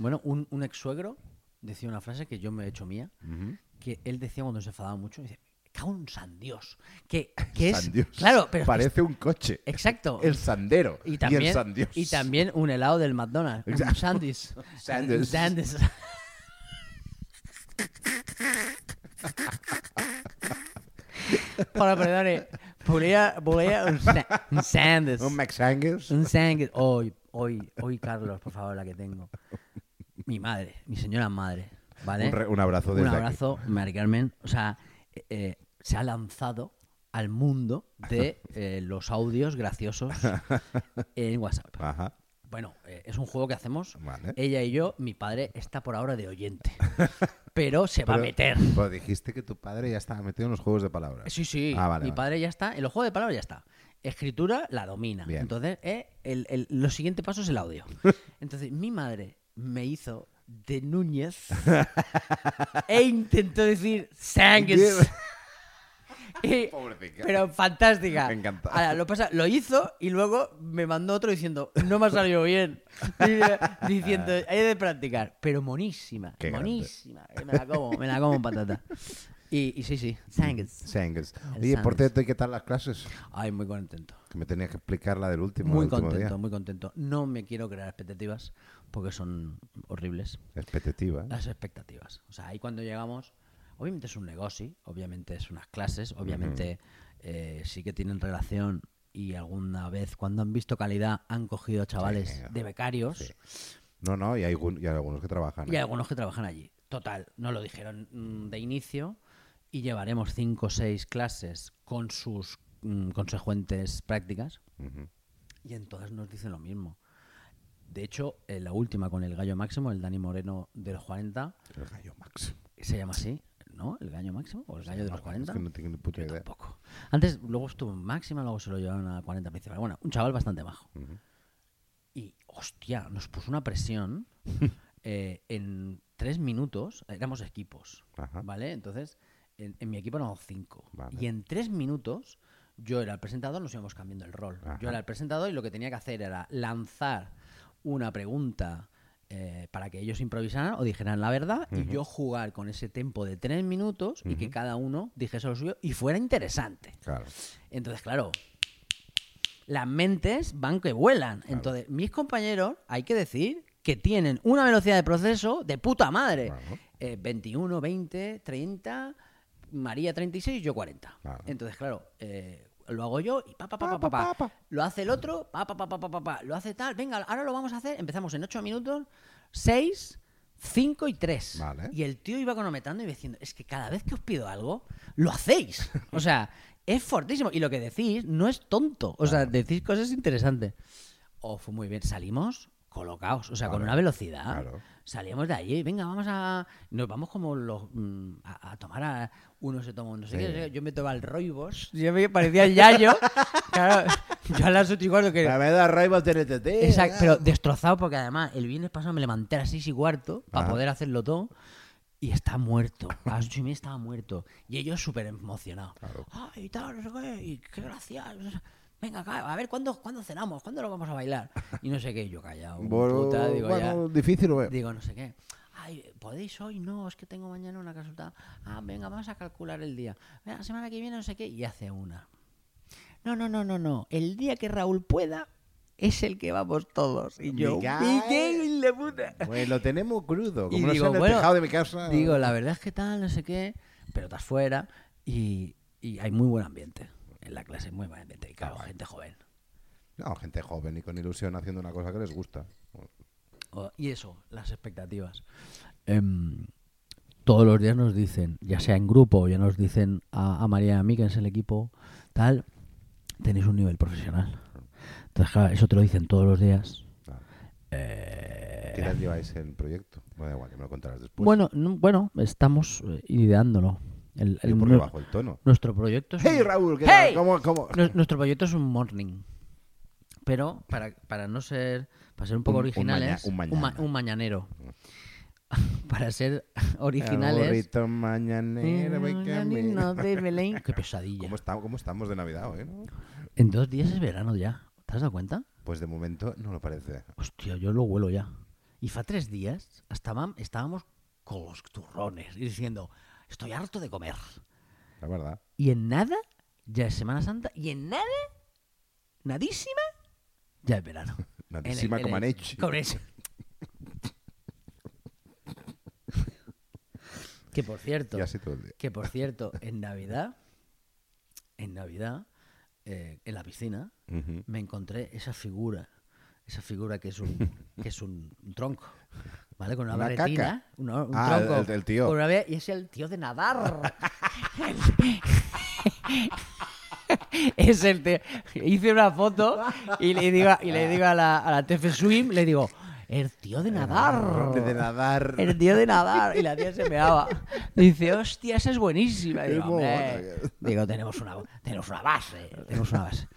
Speaker 2: Bueno, un, un ex suegro decía una frase que yo me he hecho mía. Que él decía cuando se enfadaba mucho: dice, cago en un san Dios. Que, que es.
Speaker 1: San Dios.
Speaker 2: Claro, pero. es que es-
Speaker 1: Parece un coche.
Speaker 2: Exacto.
Speaker 1: El sandero.
Speaker 2: Y también,
Speaker 1: el San Dios.
Speaker 2: y también un helado del McDonald's. Un
Speaker 1: Exacto.
Speaker 2: Sandy's.
Speaker 1: Sandy's.
Speaker 2: Sandy's. Bueno, perdone. Volia, volia un, sa- un Sandy's.
Speaker 1: Un Max Angus.
Speaker 2: Un Sandy's. Hoy, hoy, hoy, Carlos, por favor, la que tengo. Mi madre, mi señora madre. ¿Vale?
Speaker 1: Un re- un abrazo
Speaker 2: Un
Speaker 1: desde aquí.
Speaker 2: abrazo, Mari Carmen. O sea, eh, eh, se ha lanzado al mundo de eh, los audios graciosos en WhatsApp.
Speaker 1: Ajá.
Speaker 2: Bueno, eh, es un juego que hacemos.
Speaker 1: Ah. Vale.
Speaker 2: Ella y yo, mi padre está por ahora de oyente, pero se va
Speaker 1: Pero-
Speaker 2: a meter.
Speaker 1: pero dijiste que tu padre ya estaba metido en los juegos de palabras.
Speaker 2: Sí, sí.
Speaker 1: Ah, vale,
Speaker 2: mi
Speaker 1: vale.
Speaker 2: padre ya está. En los juegos de palabras ya está. Escritura la domina.
Speaker 1: Bien.
Speaker 2: Entonces, eh, el, el- lo siguiente paso es el audio. Entonces, mi madre me hizo de Núñez e intentó decir Sangues. Y-
Speaker 1: Pobrecita.
Speaker 2: pero fantástica.
Speaker 1: Me encanta.
Speaker 2: Ahora, lo, pasa, lo hizo y luego me mandó otro diciendo, no me ha salido bien. Y- diciendo, hay de practicar. Pero monísima,
Speaker 1: Qué grande.
Speaker 2: monísima. Eh, Me la como, me la como en patata. Y, y sí, sí, thanks.
Speaker 1: Sangus.
Speaker 2: El
Speaker 1: Oye, por
Speaker 2: Sangus.
Speaker 1: cierto, ¿y qué tal las clases?
Speaker 2: Ay, muy contento.
Speaker 1: Que me tenías que explicar la del último, el
Speaker 2: Muy
Speaker 1: último
Speaker 2: contento,
Speaker 1: día.
Speaker 2: muy contento. No me quiero crear expectativas porque son horribles.
Speaker 1: Expectativa. ¿eh?
Speaker 2: Las expectativas. O sea, ahí cuando llegamos, obviamente es un negocio, obviamente es unas clases, obviamente eh, sí que tienen relación y alguna vez cuando han visto calidad han cogido a chavales
Speaker 1: Sí,
Speaker 2: de becarios
Speaker 1: No, no, y hay, gun- y hay algunos que trabajan. ¿eh?
Speaker 2: y algunos que trabajan allí. Total, no lo dijeron mm, de inicio y llevaremos cinco o seis clases con sus mm, consecuentes prácticas
Speaker 1: Ujú.
Speaker 2: y en todas nos dicen lo mismo. De hecho, en la última con el gallo máximo, el Dani Moreno de los 40,
Speaker 1: El gallo Max.
Speaker 2: ¿Se llama así? ¿No? ¿El gallo máximo? ¿O el gallo de los 40?
Speaker 1: Es que no tengo ni puta
Speaker 2: Yo
Speaker 1: idea.
Speaker 2: tampoco. Antes, luego estuvo en máxima, luego se lo llevaron a 40 principal. Bueno, un chaval bastante bajo. Y, hostia, nos puso una presión eh, en tres minutos. Éramos equipos,
Speaker 1: Ajá.
Speaker 2: ¿vale? Entonces, en, en mi equipo éramos cinco.
Speaker 1: Vale.
Speaker 2: Y en tres minutos, yo era el presentador, nos íbamos cambiando el rol.
Speaker 1: Ajá.
Speaker 2: Yo era el presentador y lo que tenía que hacer era lanzar una pregunta eh, para que ellos improvisaran o dijeran la verdad y yo jugar con ese tiempo de tres minutos y que cada uno dijese lo suyo y fuera interesante.
Speaker 1: Claro.
Speaker 2: Entonces, claro, las mentes van que vuelan. Entonces, mis compañeros, hay que decir que tienen una velocidad de proceso de puta madre.
Speaker 1: Claro.
Speaker 2: Eh, 21, 20, 30, María 36, yo 40.
Speaker 1: Claro.
Speaker 2: Entonces, claro, eh, lo hago yo y pa, pa, pa, pa, pa, pa. Lo hace el otro, pa, pa, pa, pa, pa, pa, pa. Lo hace tal, venga, ahora lo vamos a hacer. Empezamos en 8 minutos, 6, 5 y 3.
Speaker 1: Vale.
Speaker 2: Y el tío iba cronometrando y diciendo, es que cada vez que os pido algo, lo hacéis. O sea, es fortísimo. Y lo que decís no es tonto. O sea, decís cosas interesantes. O fue muy bien, salimos colocados, o sea, con
Speaker 1: Claro,
Speaker 2: una velocidad.
Speaker 1: claro.
Speaker 2: Salíamos de allí, venga, vamos a... Nos vamos como los... mm, A, a tomar a... Uno se toma, un no sé qué, no sé qué. yo me tomaba el roibos, yo me parecía el Yayo. claro, yo a las ocho y cuarto que...
Speaker 1: La verdad, Rival ¿eh? TNT.
Speaker 2: Exacto, pero destrozado porque además el viernes pasado me levanté a las 6 y cuarto para
Speaker 1: Ajá.
Speaker 2: poder hacerlo todo y está muerto. A las 8 y media estaba muerto. Y ellos súper emocionados. Ay, tal, no sé qué, y qué gracia. Venga, acá, a ver, ¿cuándo, ¿cuándo cenamos? ¿Cuándo lo vamos a bailar? Y no sé qué, y yo callado. puta, digo, ya.
Speaker 1: bueno, difícil, güey.
Speaker 2: Digo, no sé qué. Ay, ¿podéis hoy? No, es que tengo mañana una consulta. Ah, venga, vamos a calcular el día. Venga, la semana que viene no sé qué. Y hace una. No, no, no, no, no. El día que Raúl pueda es el que vamos todos. Y yo,
Speaker 1: Miguel.
Speaker 2: ¿y qué, hijo de puta?
Speaker 1: Pues lo tenemos crudo. Como
Speaker 2: Y
Speaker 1: no
Speaker 2: digo,
Speaker 1: sea en el
Speaker 2: bueno,
Speaker 1: tejado de mi casa.
Speaker 2: Digo, la verdad es que tal, no sé qué, pero estás fuera y, y hay muy buen ambiente en la clase, muy buen ambiente. Y
Speaker 1: Ah,
Speaker 2: claro, gente joven.
Speaker 1: No, gente joven y con ilusión haciendo una cosa que les gusta.
Speaker 2: O- Y eso, las expectativas. Em, todos los días nos dicen, ya sea en grupo, ya nos dicen a, a María y a mí, que es el equipo, tal, tenéis un nivel profesional. Entonces, claro, eso te lo dicen todos los días.
Speaker 1: Claro.
Speaker 2: Eh,
Speaker 1: ¿Qué tal lleváis el proyecto? Bueno, da igual, que me lo contarás después.
Speaker 2: bueno, no- bueno, estamos eh, ideándolo. El, el
Speaker 1: Yo porque
Speaker 2: nue-
Speaker 1: bajo el tono.
Speaker 2: nuestro proyecto es
Speaker 1: ¡Hey,
Speaker 2: un-
Speaker 1: Raúl! ¿qué tal?
Speaker 2: ¡Hey!
Speaker 1: ¿Cómo, cómo?
Speaker 2: Nues- Nuestro proyecto es un morning. Pero para, para no ser, para ser un poco
Speaker 1: Un- un
Speaker 2: originales,
Speaker 1: maña- un
Speaker 2: ma-
Speaker 1: mañana.
Speaker 2: un mañanero. para ser
Speaker 1: El
Speaker 2: originales. Mm,
Speaker 1: burrito mañanero voy
Speaker 2: No
Speaker 1: camino.
Speaker 2: de Belén. Qué pesadilla.
Speaker 1: ¿Cómo, está- cómo estamos de Navidad hoy? no?
Speaker 2: En dos días es verano ya. ¿Te has dado cuenta?
Speaker 1: Pues de momento no lo parece.
Speaker 2: Hostia, yo lo huelo ya. Y fa tres días estaban- estábamos con los turrones y diciendo, estoy harto de comer.
Speaker 1: La verdad.
Speaker 2: Y en nada, ya es Semana Santa. Y en nada, nadísima, ya es verano.
Speaker 1: Nadísima como Anech.
Speaker 2: Con eso. que por cierto,
Speaker 1: Y así todo el día.
Speaker 2: que por cierto, en Navidad, en Navidad, eh, en la piscina,
Speaker 1: Ujú.
Speaker 2: me encontré esa figura, esa figura que es un, que es un, un tronco, ¿vale? Con una,
Speaker 1: Una
Speaker 2: barretina,
Speaker 1: caca.
Speaker 2: una- un
Speaker 1: Ah,
Speaker 2: tronco.
Speaker 1: el- el tío.
Speaker 2: con una ve- y es el tío de nadar. es el tío. Hice una foto y le digo, a- y le digo a, la, a la TF Swim, le digo, el tío de nadar.
Speaker 1: De nadar.
Speaker 2: El tío de nadar. Y la tía se meaba. Dice, hostia, esa es buenísima. Y digo,
Speaker 1: Es muy
Speaker 2: "Hombre".
Speaker 1: buena.
Speaker 2: Digo, tenemos una, tenemos una base. Tenemos una base.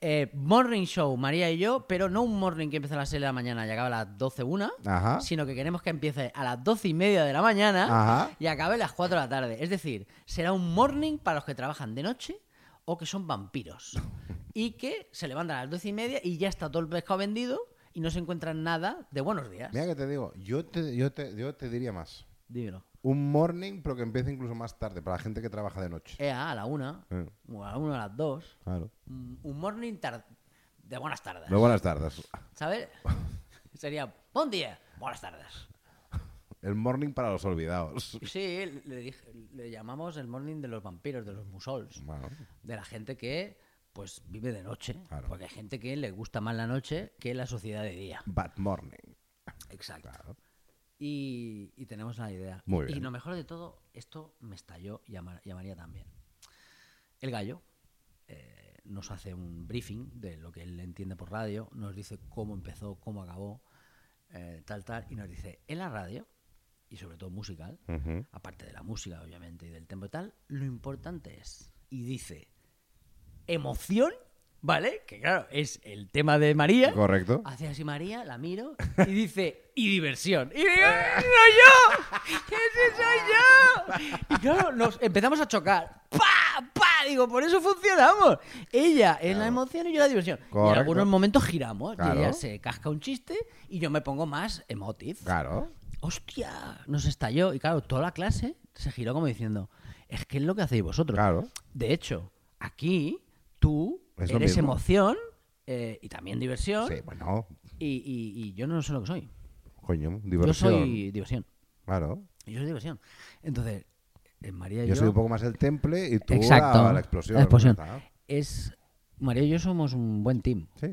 Speaker 2: Eh, morning show, María y yo, pero no un morning que empieza a las 6 de la mañana y acaba a las 12 una,
Speaker 1: Ajá.
Speaker 2: sino que queremos que empiece a las 12 y media de la mañana
Speaker 1: Ajá.
Speaker 2: y acabe a las 4 de la tarde. Es decir, será un morning para los que trabajan de noche o que son vampiros y que se levantan a las 12 y media y ya está todo el pescado vendido y no se encuentran nada de buenos días.
Speaker 1: Mira que te digo, yo te, yo, te, yo te diría más.
Speaker 2: Dímelo.
Speaker 1: Un morning, pero que empiece incluso más tarde, para la gente que trabaja de noche.
Speaker 2: Ea, a la una,
Speaker 1: Eh.
Speaker 2: o a la una, a las dos.
Speaker 1: Claro.
Speaker 2: Un un morning tar- de buenas tardes.
Speaker 1: Muy buenas tardes.
Speaker 2: ¿Sabes? Sería, buen día, buenas tardes.
Speaker 1: El morning para los olvidados.
Speaker 2: Sí, le, dije- le llamamos el morning de los vampiros, de los musols,
Speaker 1: Bueno,
Speaker 2: de la gente que pues vive de noche,
Speaker 1: Claro.
Speaker 2: porque hay gente que le gusta más la noche que la sociedad de día.
Speaker 1: bad morning.
Speaker 2: Exacto. Y, y tenemos la idea.
Speaker 1: Muy
Speaker 2: Y
Speaker 1: bien.
Speaker 2: lo mejor de todo, esto me estalló y a, Ma- y a María también. El gallo eh, nos hace un briefing de lo que él entiende por radio, nos dice cómo empezó, cómo acabó, eh, tal, tal, y nos dice, en la radio, y sobre todo musical,
Speaker 1: Ujú.
Speaker 2: aparte de la música, obviamente, y del tempo y tal, lo importante es, y dice, emoción, ¿vale? Que claro, es el tema de María.
Speaker 1: Correcto.
Speaker 2: Hace así María, la miro y dice, y diversión. Y digo, ¡ese soy yo! ¡Ese soy yo! Y claro, nos empezamos a chocar. ¡Pa! ¡Pa! Digo, por eso funcionamos. Ella es la emoción y yo la diversión. Y en
Speaker 1: Correcto.
Speaker 2: algunos momentos giramos. Y
Speaker 1: Claro.
Speaker 2: ella se casca un chiste y yo me pongo más emotive.
Speaker 1: Claro.
Speaker 2: ¡Hostia! Nos estalló. Y claro, toda la clase se giró como diciendo, es que es lo que hacéis vosotros.
Speaker 1: Claro.
Speaker 2: De hecho, aquí tú
Speaker 1: Es lo
Speaker 2: eres
Speaker 1: mismo.
Speaker 2: emoción eh, y también diversión.
Speaker 1: Sí, bueno.
Speaker 2: Y, y- y yo no sé lo que soy.
Speaker 1: Coño, diversión.
Speaker 2: Yo soy diversión.
Speaker 1: Claro.
Speaker 2: Yo soy diversión. Entonces, eh, María y yo.
Speaker 1: Yo soy un poco más el temple y tú
Speaker 2: Exacto.
Speaker 1: la, la explosión.
Speaker 2: La explosión.
Speaker 1: ¿verdad?
Speaker 2: Es. María y yo somos un buen team.
Speaker 1: Sí,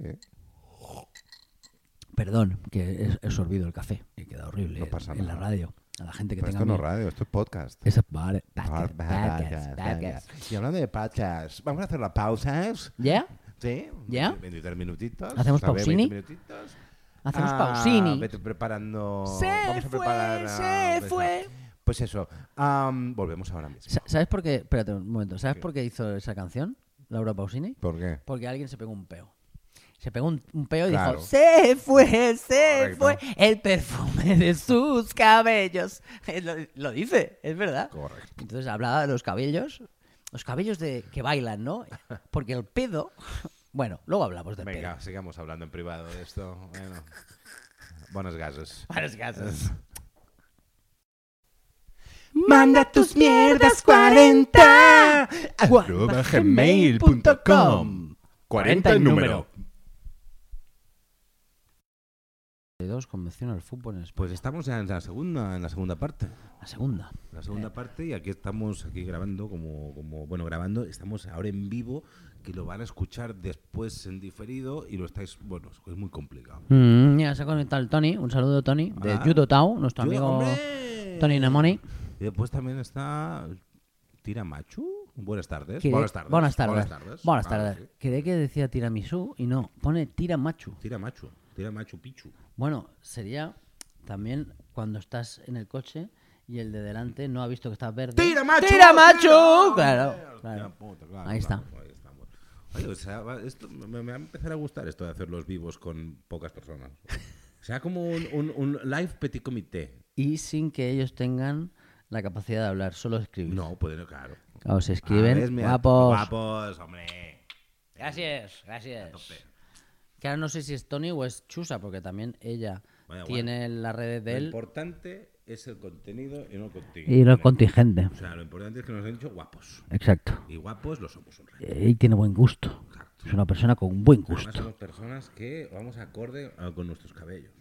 Speaker 2: Perdón, que he, he sorbido el café. He quedado horrible
Speaker 1: No pasa
Speaker 2: en la
Speaker 1: nada.
Speaker 2: radio. A la gente que
Speaker 1: pero
Speaker 2: tenga.
Speaker 1: esto no es
Speaker 2: miedo.
Speaker 1: radio, esto es podcast.
Speaker 2: Eso es vale. Podcast,
Speaker 1: Podcast,
Speaker 2: podcast,
Speaker 1: podcast,
Speaker 2: podcast.
Speaker 1: podcast. Y hablando de podcast, vamos a hacer las pausas.
Speaker 2: ¿Ya?
Speaker 1: Sí.
Speaker 2: ¿Ya?
Speaker 1: 23 minutitos.
Speaker 2: ¿Hacemos
Speaker 1: ¿sabe?
Speaker 2: pausini?
Speaker 1: 20 minutitos.
Speaker 2: Hacemos
Speaker 1: Ah,
Speaker 2: pausini.
Speaker 1: Vete preparando.
Speaker 2: Se
Speaker 1: vamos a
Speaker 2: fue,
Speaker 1: preparar,
Speaker 2: se
Speaker 1: ah,
Speaker 2: fue.
Speaker 1: Pues eso. am, volvemos ahora mismo.
Speaker 2: Sa- ¿Sabes por qué? Espérate un momento. ¿Sabes por qué hizo esa canción, Laura Pausini?
Speaker 1: ¿Por qué?
Speaker 2: Porque alguien se pegó un peo. Se pegó un, un peo y
Speaker 1: Claro.
Speaker 2: dijo, se fue, se
Speaker 1: Correcto.
Speaker 2: fue el perfume de sus cabellos. Lo, lo dice, es verdad.
Speaker 1: Correcto.
Speaker 2: Entonces hablaba de los cabellos, los cabellos de que bailan, ¿no? Porque el pedo... Bueno, luego hablamos del
Speaker 1: Venga,
Speaker 2: pedo.
Speaker 1: sigamos hablando en privado de esto. Bueno. Buenos gases.
Speaker 2: Varios casos.
Speaker 7: Manda tus mierdas 40.
Speaker 1: arroba gmail.com. 40 en número.
Speaker 2: De dos convención al fútbol en España.
Speaker 1: Pues estamos ya en la segunda, en la segunda parte.
Speaker 2: La segunda.
Speaker 1: La
Speaker 2: Eh.
Speaker 1: segunda parte y aquí estamos aquí grabando como, como bueno grabando estamos ahora en vivo que lo van a escuchar después en diferido y lo estáis bueno es muy complicado.
Speaker 2: Mm, ya se ha conectado el Tony. Un saludo, Tony, de
Speaker 1: Hola.
Speaker 2: Judo Tao, nuestro
Speaker 1: Yo-
Speaker 2: amigo
Speaker 1: ¡hombre!
Speaker 2: Tony Nemoni.
Speaker 1: Y después también está Tiramachu. Buenas tardes.
Speaker 2: Que de-
Speaker 1: Buenas tardes.
Speaker 2: Buenas tardes. Buenas
Speaker 1: Vale,
Speaker 2: tardes.
Speaker 1: sí.
Speaker 2: Que de que decía tiramisú y no, pone tiramachu.
Speaker 1: Tiramachu. Tiramachu Pichu.
Speaker 2: Bueno, sería también cuando estás en el coche y el de delante no ha visto que está verde.
Speaker 1: ¡Tiramachu!
Speaker 2: ¡Tiramachu! Claro,
Speaker 1: Hostia
Speaker 2: claro.
Speaker 1: puta, claro,
Speaker 2: Ahí está.
Speaker 1: claro, ahí está, bueno. Oye, o sea, va- esto- me, me va a empezar a gustar esto de hacer los vivos con pocas personas. O sea, como un, un- un live petit comité.
Speaker 2: Y sin que ellos tengan la capacidad de hablar, solo escribir.
Speaker 1: No, pueden, claro.
Speaker 2: Claro, se
Speaker 1: Ah, ¿ves?
Speaker 2: escriben
Speaker 1: Mira,
Speaker 2: guapos.
Speaker 1: Guapos, hombre.
Speaker 2: Gracias, gracias. Que ahora no sé si es Tony o es Chusa, porque también ella
Speaker 1: Vaya,
Speaker 2: tiene las redes de
Speaker 1: Lo
Speaker 2: él
Speaker 1: importante es el contenido y no el contigo.
Speaker 2: y los contingentes.
Speaker 1: O sea, lo importante es que nos han dicho guapos.
Speaker 2: Exacto.
Speaker 1: Y guapos lo somos un rey.
Speaker 2: Él tiene buen gusto. Es una persona con buen
Speaker 1: Además,
Speaker 2: gusto.
Speaker 1: somos personas que vamos acorde a- con nuestros cabellos.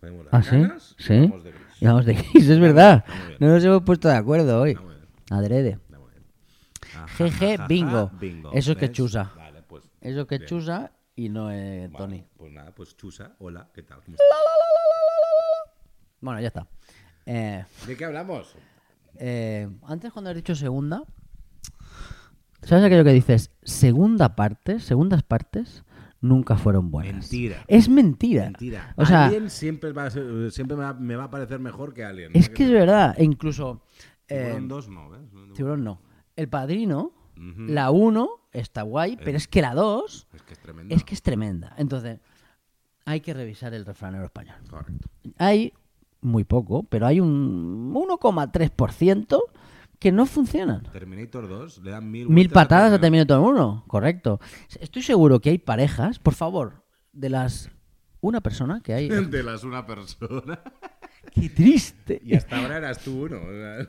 Speaker 1: Ponemos las
Speaker 2: ¿Ah, sí?
Speaker 1: canas y
Speaker 2: Sí.
Speaker 1: vamos de gris.
Speaker 2: Y vamos de gris, es verdad.
Speaker 1: Está muy bien.
Speaker 2: No nos hemos puesto de acuerdo hoy.
Speaker 1: muy bien.
Speaker 2: Adrede.
Speaker 1: Está muy bien. Ah,
Speaker 2: Jeje,
Speaker 1: ja, ja, ja,
Speaker 2: bingo.
Speaker 1: bingo.
Speaker 2: Eso es que
Speaker 1: ¿Ves?
Speaker 2: chusa.
Speaker 1: Vale, pues.
Speaker 2: Eso que es
Speaker 1: bien.
Speaker 2: Chusa y no es
Speaker 1: Vale,
Speaker 2: Tony.
Speaker 1: Pues nada, pues chusa. Hola, ¿qué tal? ¿Cómo estás?
Speaker 2: Bueno, ya está. Eh,
Speaker 1: ¿De qué hablamos?
Speaker 2: eh, antes cuando has dicho segunda, ¿sabes aquello que dices? Segunda parte, segundas partes nunca fueron buenas.
Speaker 1: Mentira.
Speaker 2: Es mentira.
Speaker 1: Mentira.
Speaker 2: O sea,
Speaker 1: Alguien siempre, va a ser- eh, siempre me, va, me va a parecer mejor que alguien.
Speaker 2: es que es verdad. E incluso... eh,
Speaker 1: Tiburón dos no, ¿ves?
Speaker 2: Tiburón no. El Padrino, la 1 está guay,
Speaker 1: Eh.
Speaker 2: pero es que la 2
Speaker 1: Es que es tremendo.
Speaker 2: es que es tremenda. Entonces, hay que revisar el refranero español.
Speaker 1: Correcto.
Speaker 2: Hay muy poco, pero hay un 1,3% que no funcionan.
Speaker 1: Terminator 2 le dan mil,
Speaker 2: Mil
Speaker 1: vueltas a
Speaker 2: patadas a
Speaker 1: Terminator.
Speaker 2: Terminator 1, correcto. Estoy seguro que hay parejas, por favor, de las... Una persona que hay...
Speaker 1: De las una persona.
Speaker 2: ¡Qué triste!
Speaker 1: Y hasta ahora eras tú uno. o sea.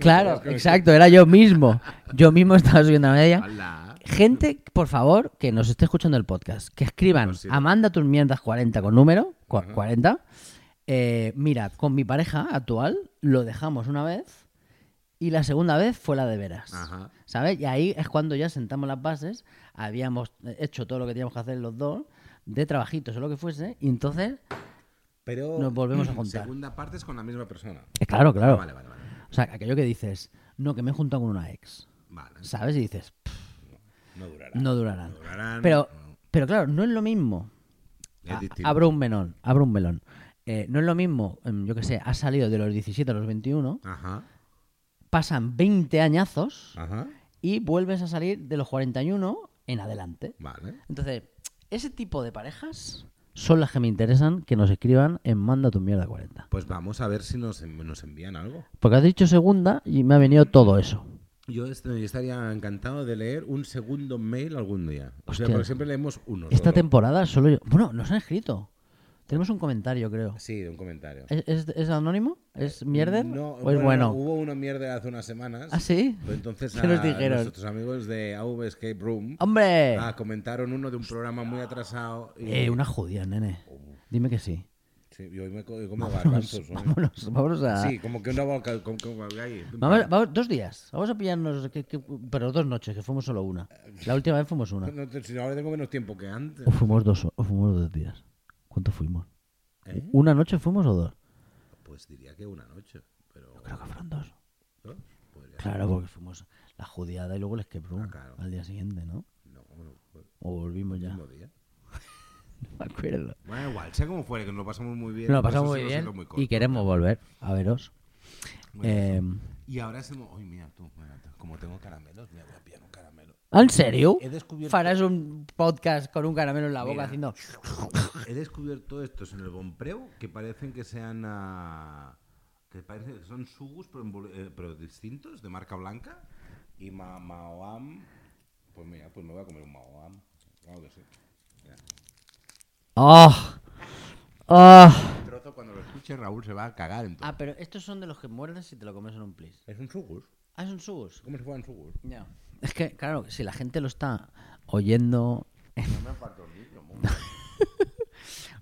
Speaker 2: Claro, exacto, era yo mismo. Yo mismo estaba subiendo la media.
Speaker 1: Hola.
Speaker 2: Gente, por favor, que nos esté escuchando el podcast, que escriban
Speaker 1: Lo siento.
Speaker 2: Amanda tus mierdas 40 con número, cua- 40. Eh, mira, con mi pareja actual lo dejamos una vez y la segunda vez fue la de veras.
Speaker 1: Ajá.
Speaker 2: ¿Sabes? Y ahí es cuando ya sentamos las bases, habíamos hecho todo lo que teníamos que hacer los dos, de trabajitos o lo que fuese, y entonces,
Speaker 1: Pero
Speaker 2: Nos volvemos a juntar.
Speaker 1: Segunda parte es con la misma persona.
Speaker 2: eh, claro, claro.
Speaker 1: Vale, vale, vale.
Speaker 2: O sea, aquello que dices, no, que me he juntado con una ex,
Speaker 1: Vale.
Speaker 2: ¿sabes? Y dices,
Speaker 1: No durará.
Speaker 2: no durarán.
Speaker 1: Ah, No durarán,
Speaker 2: Pero,
Speaker 1: no.
Speaker 2: pero claro, no es lo mismo.
Speaker 1: Es
Speaker 2: A-
Speaker 1: distinto.
Speaker 2: abro un melón, abro un melón. Eh, no es lo mismo, em, yo que sé, has salido de los 17 a los 21,
Speaker 1: Ajá.
Speaker 2: pasan 20 añazos
Speaker 1: Ajá.
Speaker 2: y vuelves a salir de los 41 en adelante.
Speaker 1: Vale.
Speaker 2: Entonces, ese tipo de parejas son las que me interesan que nos escriban en Manda tu mierda 40.
Speaker 1: Pues vamos a ver si nos, en- nos envían algo.
Speaker 2: Porque has dicho segunda y me ha venido todo eso.
Speaker 1: Yo est- yo estaría encantado de leer un segundo mail algún día. O sea,
Speaker 2: Hostia.
Speaker 1: porque siempre leemos uno.
Speaker 2: Esta
Speaker 1: solo.
Speaker 2: temporada solo yo... Bueno, nos han escrito. Tenemos un comentario, creo.
Speaker 1: Sí, un comentario.
Speaker 2: ¿Es, es- es anónimo? ¿Es mierder?
Speaker 1: Eh, No,
Speaker 2: ¿O es bueno?
Speaker 1: Hubo una mierda hace unas semanas.
Speaker 2: ¿Ah, sí?
Speaker 1: Pues entonces
Speaker 2: ¿Qué nos
Speaker 1: a
Speaker 2: dijeron?
Speaker 1: nuestros amigos de AV Escape Room
Speaker 2: ¡Hombre!
Speaker 1: ah, comentaron uno de un programa muy atrasado. Y,
Speaker 2: Eh, una judía, nene.
Speaker 1: Uh.
Speaker 2: Dime que sí.
Speaker 1: Sí, y hoy me co- como
Speaker 2: Vámonos,
Speaker 1: garbanzos. ¿no?
Speaker 2: vámonos, vámonos a...
Speaker 1: Sí, como que una boca. Como, como ahí, pim,
Speaker 2: Vamos,
Speaker 1: pam.
Speaker 2: vamos- dos días. Vamos a pillarnos... que- que- pero dos noches, que fuimos solo una. La última vez fuimos una.
Speaker 1: No te- si ahora tengo menos tiempo que antes.
Speaker 2: O fuimos dos, o fuimos dos días. ¿Cuánto fuimos?
Speaker 1: ¿Eh?
Speaker 2: ¿Una noche fuimos o dos?
Speaker 1: Pues diría que una noche. Pero.
Speaker 2: Creo que fueron dos.
Speaker 1: ¿no? Podría-
Speaker 2: Claro, porque fuimos la judiada y luego el escape room
Speaker 1: Ah, claro.
Speaker 2: al día siguiente, ¿no?
Speaker 1: No, bueno, pues,
Speaker 2: O volvimos ya.
Speaker 1: mismo
Speaker 2: No
Speaker 1: día.
Speaker 2: me acuerdo.
Speaker 1: Bueno, igual, sea como fuere, que nos lo pasamos muy bien.
Speaker 2: Nos lo
Speaker 1: por eso
Speaker 2: pasamos
Speaker 1: se
Speaker 2: muy
Speaker 1: nos
Speaker 2: bien
Speaker 1: hizo muy corto.
Speaker 2: y queremos volver a veros. Eh,
Speaker 1: Y ahora hacemos. Uy, mira tú, mira, como tengo caramelos, mira, voy a pillar un caramelo.
Speaker 2: ¿En serio?
Speaker 1: He descubierto-
Speaker 2: Farás un podcast con un caramelo en la boca
Speaker 1: Mira.
Speaker 2: haciendo...
Speaker 1: He descubierto estos en el Bompreu que parecen que sean. ah, que parecen que son sugus, pero, envol- eh, pero distintos, de marca blanca. Y ma Maoam. Pues mira, pues me voy a comer un Maoam. Claro que sí. Mira,
Speaker 2: ¡Oh! ¡Oh!
Speaker 1: el trozo cuando lo escuche, Raúl se va a cagar en todo.
Speaker 2: Ah, pero estos son de los que muerdes si te lo comes en un plis.
Speaker 1: Es un sugus.
Speaker 2: Ah, son subos.
Speaker 1: Como si fueran sugus.
Speaker 2: Ya. Es que, claro, si la gente lo está oyendo...
Speaker 1: No me falta un niño, mo.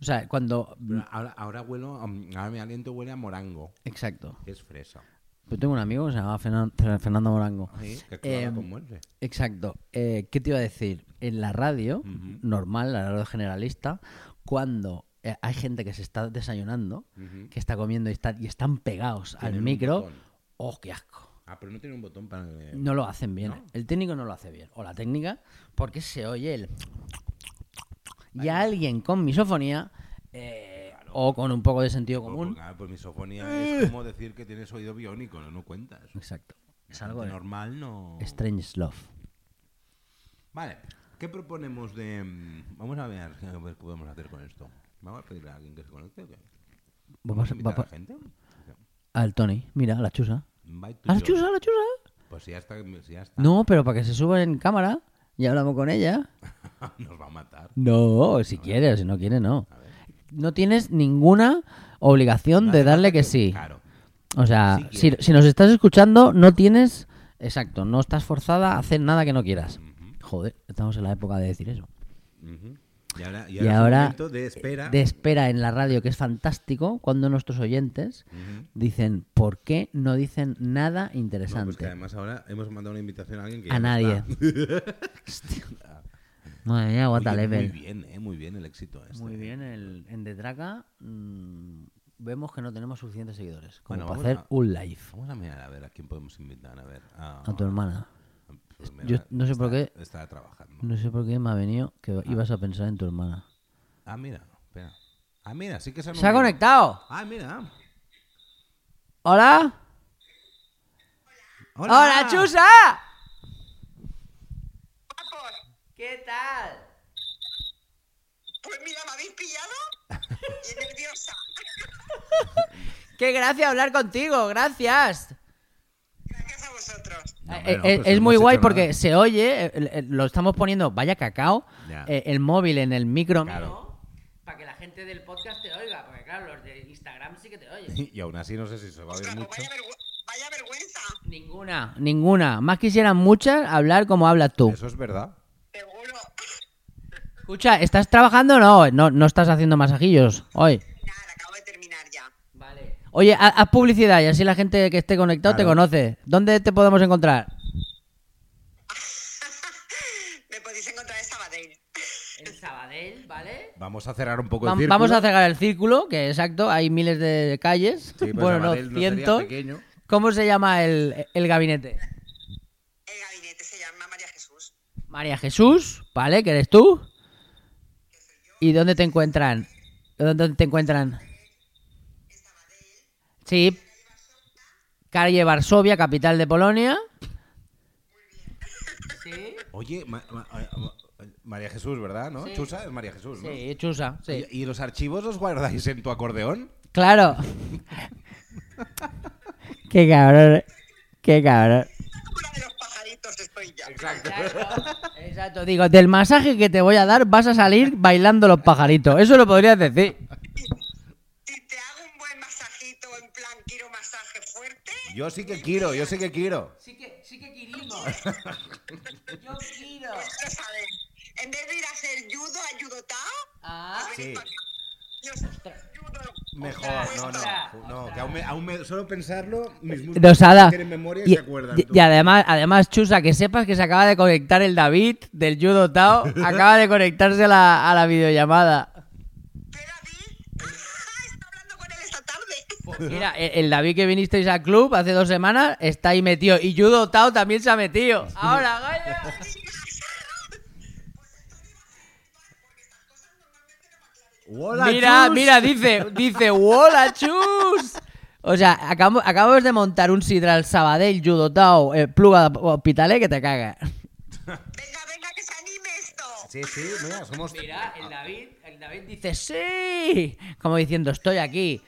Speaker 2: O sea, cuando...
Speaker 1: Pero ahora, ahora huelo. a- Ahora mi aliento huele a morango.
Speaker 2: Exacto.
Speaker 1: que Es fresa.
Speaker 2: Yo tengo un amigo que se llama Fernan- Fer- Fernando Morango.
Speaker 1: Sí, que clava
Speaker 2: Em,
Speaker 1: con muerte.
Speaker 2: Exacto. Eh, ¿Qué te iba a decir? En la radio, normal, la radio generalista, cuando eh, hay gente que se está desayunando, que está comiendo y, está- y están pegados al
Speaker 1: Tienen un
Speaker 2: micro,
Speaker 1: botón.
Speaker 2: ¡Oh, qué asco!
Speaker 1: Ah, pero no tiene un botón para... que-
Speaker 2: No lo hacen bien.
Speaker 1: ¿No?
Speaker 2: El técnico no lo hace bien. O la técnica, porque se oye el. Y a alguien con misofonía eh, o con Eh. un poco de sentido
Speaker 1: Por-
Speaker 2: común.
Speaker 1: por- ah, pues misofonía es como decir que tienes oído biónico, no, no cuentas.
Speaker 2: Exacto. Es algo de
Speaker 1: normal, no.
Speaker 2: Strange Love.
Speaker 1: Vale, ¿qué proponemos de...? mm, Vamos a ver qué qué podemos hacer con esto. ¿Vamos a pedirle a alguien que se conecte o qué?
Speaker 2: Vamos,
Speaker 1: a invitar
Speaker 2: va-
Speaker 1: a gente?
Speaker 2: al Tony, mira, a la chusa.
Speaker 1: Invite to
Speaker 2: ¿A la
Speaker 1: join.
Speaker 2: chusa, a la chusa?
Speaker 1: Pues ya está, ya está.
Speaker 2: No, pero para que se suba en cámara y hablamos con ella.
Speaker 1: Nos va a matar.
Speaker 2: No, si quiere, si no quiere, no. No tienes ninguna obligación de darle que sí.
Speaker 1: Claro.
Speaker 2: O sea,
Speaker 1: Sí
Speaker 2: si,
Speaker 1: quiere.
Speaker 2: si nos estás escuchando, no tienes. Exacto, no estás forzada a hacer nada que no quieras. Joder, estamos en la época de decir eso.
Speaker 1: Ujú. Y ahora, y ahora es
Speaker 2: Y
Speaker 1: un
Speaker 2: ahora. eh,
Speaker 1: momento de espera.
Speaker 2: de espera en la radio, que es fantástico, cuando nuestros oyentes
Speaker 1: Ujú.
Speaker 2: dicen, ¿por qué no dicen nada
Speaker 1: No, pues
Speaker 2: interesante?
Speaker 1: que además ahora hemos mandado una invitación a alguien que...
Speaker 2: a
Speaker 1: ya no
Speaker 2: nadie.
Speaker 1: está.
Speaker 2: Madre mía, what a
Speaker 1: Oye,
Speaker 2: level.
Speaker 1: Muy bien, eh, muy bien el éxito. Este.
Speaker 2: Muy bien, el- en Detraca mm, vemos que no tenemos suficientes seguidores. Como
Speaker 1: Bueno,
Speaker 2: para
Speaker 1: vamos
Speaker 2: hacer
Speaker 1: a-
Speaker 2: un live
Speaker 1: Vamos a mirar a ver a quién podemos invitar. A ver. A,
Speaker 2: a tu hermana.
Speaker 1: Pues mira,
Speaker 2: Yo no sé por
Speaker 1: está-
Speaker 2: qué-
Speaker 1: Está trabajando.
Speaker 2: No sé por qué me ha venido que ibas a pensar en tu hermana.
Speaker 1: Ah, mira. Espera. Ah, mira, sí que se,
Speaker 2: ¡Se ha
Speaker 1: unido.
Speaker 2: conectado!
Speaker 1: Ah, mira.
Speaker 2: ¿Hola? ¡Hola, Chusa! ¿Qué tal?
Speaker 6: Pues mira, me habéis pillado y nerviosa.
Speaker 2: ¡Qué gracia hablar contigo! ¡Gracias!
Speaker 6: Gracias a vosotros.
Speaker 1: No,
Speaker 2: Eh,
Speaker 1: hombre, no,
Speaker 2: eh,
Speaker 1: pues
Speaker 2: es
Speaker 1: no
Speaker 2: muy
Speaker 1: hemos
Speaker 2: guay
Speaker 1: hecho
Speaker 2: porque
Speaker 1: nada.
Speaker 2: se oye, eh, eh, lo estamos poniendo, vaya cacao,
Speaker 1: Ya.
Speaker 2: eh, el móvil en el micro.
Speaker 1: Claro.
Speaker 2: Para que la gente del podcast te oiga, porque claro, los de Instagram sí que te oyen.
Speaker 1: Y aún así no sé si se va a oír
Speaker 6: Ostras, pues
Speaker 1: mucho.
Speaker 6: vaya, vergü- vaya vergüenza.
Speaker 2: Ninguna, ninguna. Más quisieran muchas hablar como hablas tú.
Speaker 1: Eso es verdad.
Speaker 6: Seguro.
Speaker 2: Escucha, ¿estás trabajando o no? Eh, no? No estás haciendo masajillos hoy.
Speaker 6: Nada, acabo de terminar ya.
Speaker 2: Oye, ha- haz publicidad y así la gente que esté conectado te
Speaker 1: Claro.
Speaker 2: conoce. ¿Dónde te podemos encontrar?
Speaker 6: Me podéis encontrar en Sabadell.
Speaker 2: En Sabadell, ¿vale?
Speaker 1: Vamos a cerrar un poco el círculo.
Speaker 2: vamos a cerrar el círculo, que exacto, hay miles de calles.
Speaker 1: Sí, pues
Speaker 2: bueno, no,
Speaker 1: Sabadell no sería
Speaker 2: cientos.
Speaker 1: pequeño.
Speaker 2: ¿Cómo se llama el, el gabinete?
Speaker 6: El gabinete se llama María Jesús.
Speaker 2: María Jesús, ¿vale? ¿Que eres tú? ¿Y dónde te encuentran? ¿Dónde te encuentran? Sí. Calle Varsovia, capital de Polonia. Sí.
Speaker 1: Oye, Ma- Ma- Ma- Ma- María Jesús, ¿verdad? ¿No?
Speaker 2: Sí.
Speaker 1: Chusa es María Jesús, ¿no?
Speaker 2: Sí, Chusa, sí.
Speaker 1: ¿Y, y los archivos los guardáis en tu acordeón?
Speaker 2: Claro. Qué cabrón. Qué cabrón.
Speaker 6: Como la de los pajaritos estoy ya.
Speaker 2: Exacto, digo, del masaje que te voy a dar vas a salir bailando los pajaritos. Eso lo podrías decir.
Speaker 6: Si te hago un buen masajito en plan quiero masaje fuerte,
Speaker 1: Yo sí que quiero, yo sí que quiero.
Speaker 2: Sí que, sí que querimos. Yo quiero.
Speaker 6: pues lo sabes. En vez de ir a hacer judo, a judotao,
Speaker 2: Ah,
Speaker 1: Sí.
Speaker 6: yo judo.
Speaker 1: Mejor, no,
Speaker 2: Ostras,
Speaker 1: no. No, que aún me, aún me- solo pensarlo, mis músculos
Speaker 2: dosada.
Speaker 1: tienen memoria y,
Speaker 2: y,
Speaker 1: se acuerdan.
Speaker 2: y-
Speaker 1: tú.
Speaker 2: y además, además, Chusa, que sepas que se acaba de conectar el David del Judo Tao. acaba de conectarse a la, a la videollamada.
Speaker 6: ¿Qué, David? Está hablando con él esta tarde.
Speaker 2: Mira, e, el, el David que vinisteis al club hace dos semanas está ahí metido. Y Judo Tao también se ha metido. Ahora, Gaia.
Speaker 1: ¡Hola,
Speaker 2: mira,
Speaker 1: Chus!
Speaker 2: mira, dice, dice, hola, chus. O sea, acabamos, acabamos de montar un sidral Sabadell, Judotao, eh, Pluga Hospitalet que te caga.
Speaker 6: Venga, venga, que se anime esto.
Speaker 1: Sí, sí, mira, somos.
Speaker 2: el David, el David dice, sí, como diciendo, estoy aquí.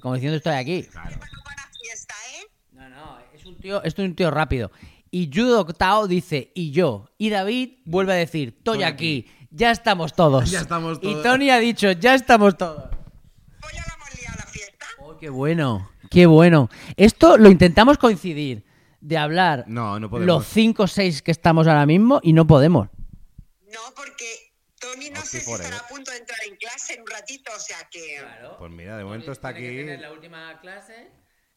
Speaker 2: Como diciendo, estoy aquí.
Speaker 1: Claro.
Speaker 6: Bueno, buena fiesta, ¿eh?
Speaker 2: No, no, es un tío, es un tío rápido. Y Judo Tao dice, y yo. Y David vuelve a decir, estoy aquí. Ya estamos todos.
Speaker 1: Ya estamos
Speaker 2: Y
Speaker 1: todos.
Speaker 2: Tony ha dicho, ya estamos todos.
Speaker 6: Hoy ya la hemos liado la fiesta.
Speaker 2: Oh, qué bueno, qué bueno. Esto lo intentamos coincidir de hablar
Speaker 1: No, no podemos.
Speaker 2: los 5 o 6 que estamos ahora mismo y no podemos.
Speaker 6: No, porque Tony no
Speaker 1: Aquí
Speaker 6: sé si
Speaker 1: por
Speaker 6: estará
Speaker 1: ahí.
Speaker 6: a punto de entrar en clase en un ratito, o sea que
Speaker 1: Pues mira, de momento está aquí.
Speaker 2: última clase.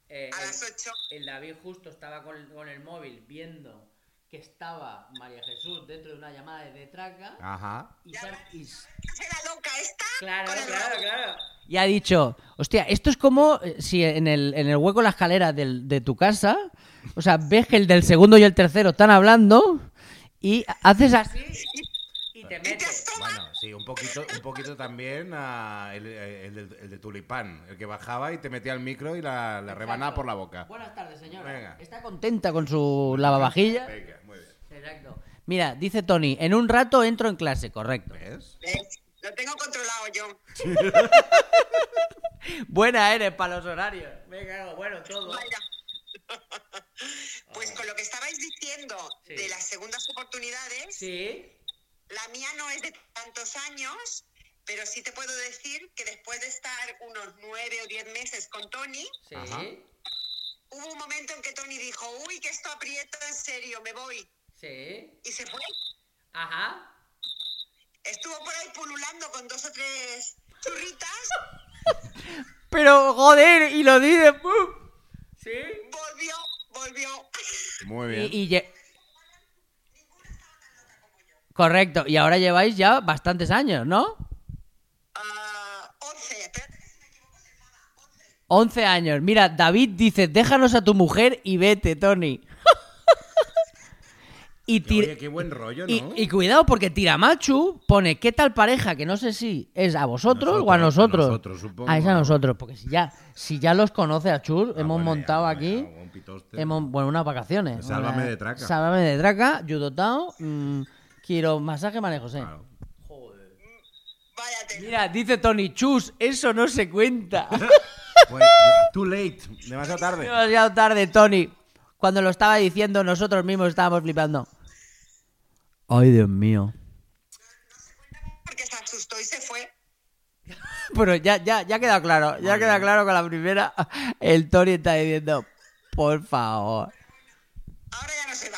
Speaker 2: eh,
Speaker 6: a las 8.
Speaker 2: el David justo estaba con, el móvil viendo que estaba María Jesús dentro de una llamada de traca
Speaker 1: Ah. Ajá.
Speaker 2: y, se ha- y-
Speaker 6: ¿Hace la loca esta?
Speaker 2: Claro,
Speaker 6: con el
Speaker 2: claro,
Speaker 6: rabo.
Speaker 2: y ha dicho, hostia, esto es como eh, si en el, en el hueco de la escalera del- de tu casa, o sea, ves que el del segundo y el tercero están hablando y haces así y te
Speaker 6: Y te
Speaker 2: metes.
Speaker 6: asomas
Speaker 1: Bueno, sí, un poquito, un poquito también ah, el, el del- el de Tulipán, el que bajaba y te metía el micro y la, la rebanaba por la boca.
Speaker 2: Buenas tardes, señora.
Speaker 1: Venga.
Speaker 2: Está contenta con su lavavajilla.
Speaker 1: Venga, muy bien.
Speaker 2: Exacto. Mira, dice Tony, en un rato entro en clase, correcto.
Speaker 1: ¿Ves?
Speaker 6: ¿Ves? Lo tengo controlado yo.
Speaker 2: Buena eres para los horarios. Me cago, bueno, todo.
Speaker 6: Vaya. Pues con lo que estabais diciendo
Speaker 2: Oh. Sí.
Speaker 6: de las segundas oportunidades,
Speaker 2: Sí.
Speaker 6: la mía no es de tantos años, pero sí te puedo decir que después de estar unos nueve o diez meses con Tony,
Speaker 2: Sí.
Speaker 1: Ajá.
Speaker 6: hubo un momento en que Tony dijo, uy, que esto aprieta en serio, me voy.
Speaker 2: Sí.
Speaker 6: Y se fue.
Speaker 2: Ajá.
Speaker 6: Estuvo por ahí pululando con dos o tres churritas,
Speaker 2: Pero joder, y lo dice. ¡pum! Sí.
Speaker 6: volvió, volvió.
Speaker 1: Muy bien.
Speaker 2: Y, y lle- Correcto, y ahora lleváis ya bastantes años, ¿no?
Speaker 6: Ah, once, espérate.
Speaker 2: 11 años. Mira, David dice, déjanos a tu mujer y vete, Tony. y,
Speaker 1: Oye,
Speaker 2: tir-
Speaker 1: qué buen rollo,
Speaker 2: y,
Speaker 1: ¿no?
Speaker 2: y cuidado, porque Tiramachu pone, ¿qué tal pareja? Que no sé si es a vosotros o a
Speaker 1: Nosotros, a
Speaker 2: nosotros.
Speaker 1: nosotros, supongo.
Speaker 2: Ah, es a nosotros, porque si ya, si ya los conoce a Chur,
Speaker 1: Ah,
Speaker 2: hemos
Speaker 1: bueno, ya,
Speaker 2: montado
Speaker 1: bueno,
Speaker 2: aquí...
Speaker 1: ya, un pitoste.
Speaker 2: Hemos, bueno, unas vacaciones.
Speaker 1: Pues Sálvame
Speaker 2: Una-
Speaker 1: de traca.
Speaker 2: Sálvame de traca, Yudotao, mm, quiero masaje, manejo, José.
Speaker 1: Claro.
Speaker 6: Váyate.
Speaker 2: Mira, dice Tony, chus, eso no se cuenta.
Speaker 1: Pues, too late, demasiado tarde.
Speaker 2: Demasiado tarde, Tony. Cuando lo estaba diciendo, nosotros mismos estábamos flipando. Ay, Dios mío.
Speaker 6: Porque se asustó y se fue.
Speaker 2: Bueno, ya, ya, ya ha quedado claro, ya ha quedado claro con la primera. El Tony está diciendo, por favor.
Speaker 6: Ahora ya no se va.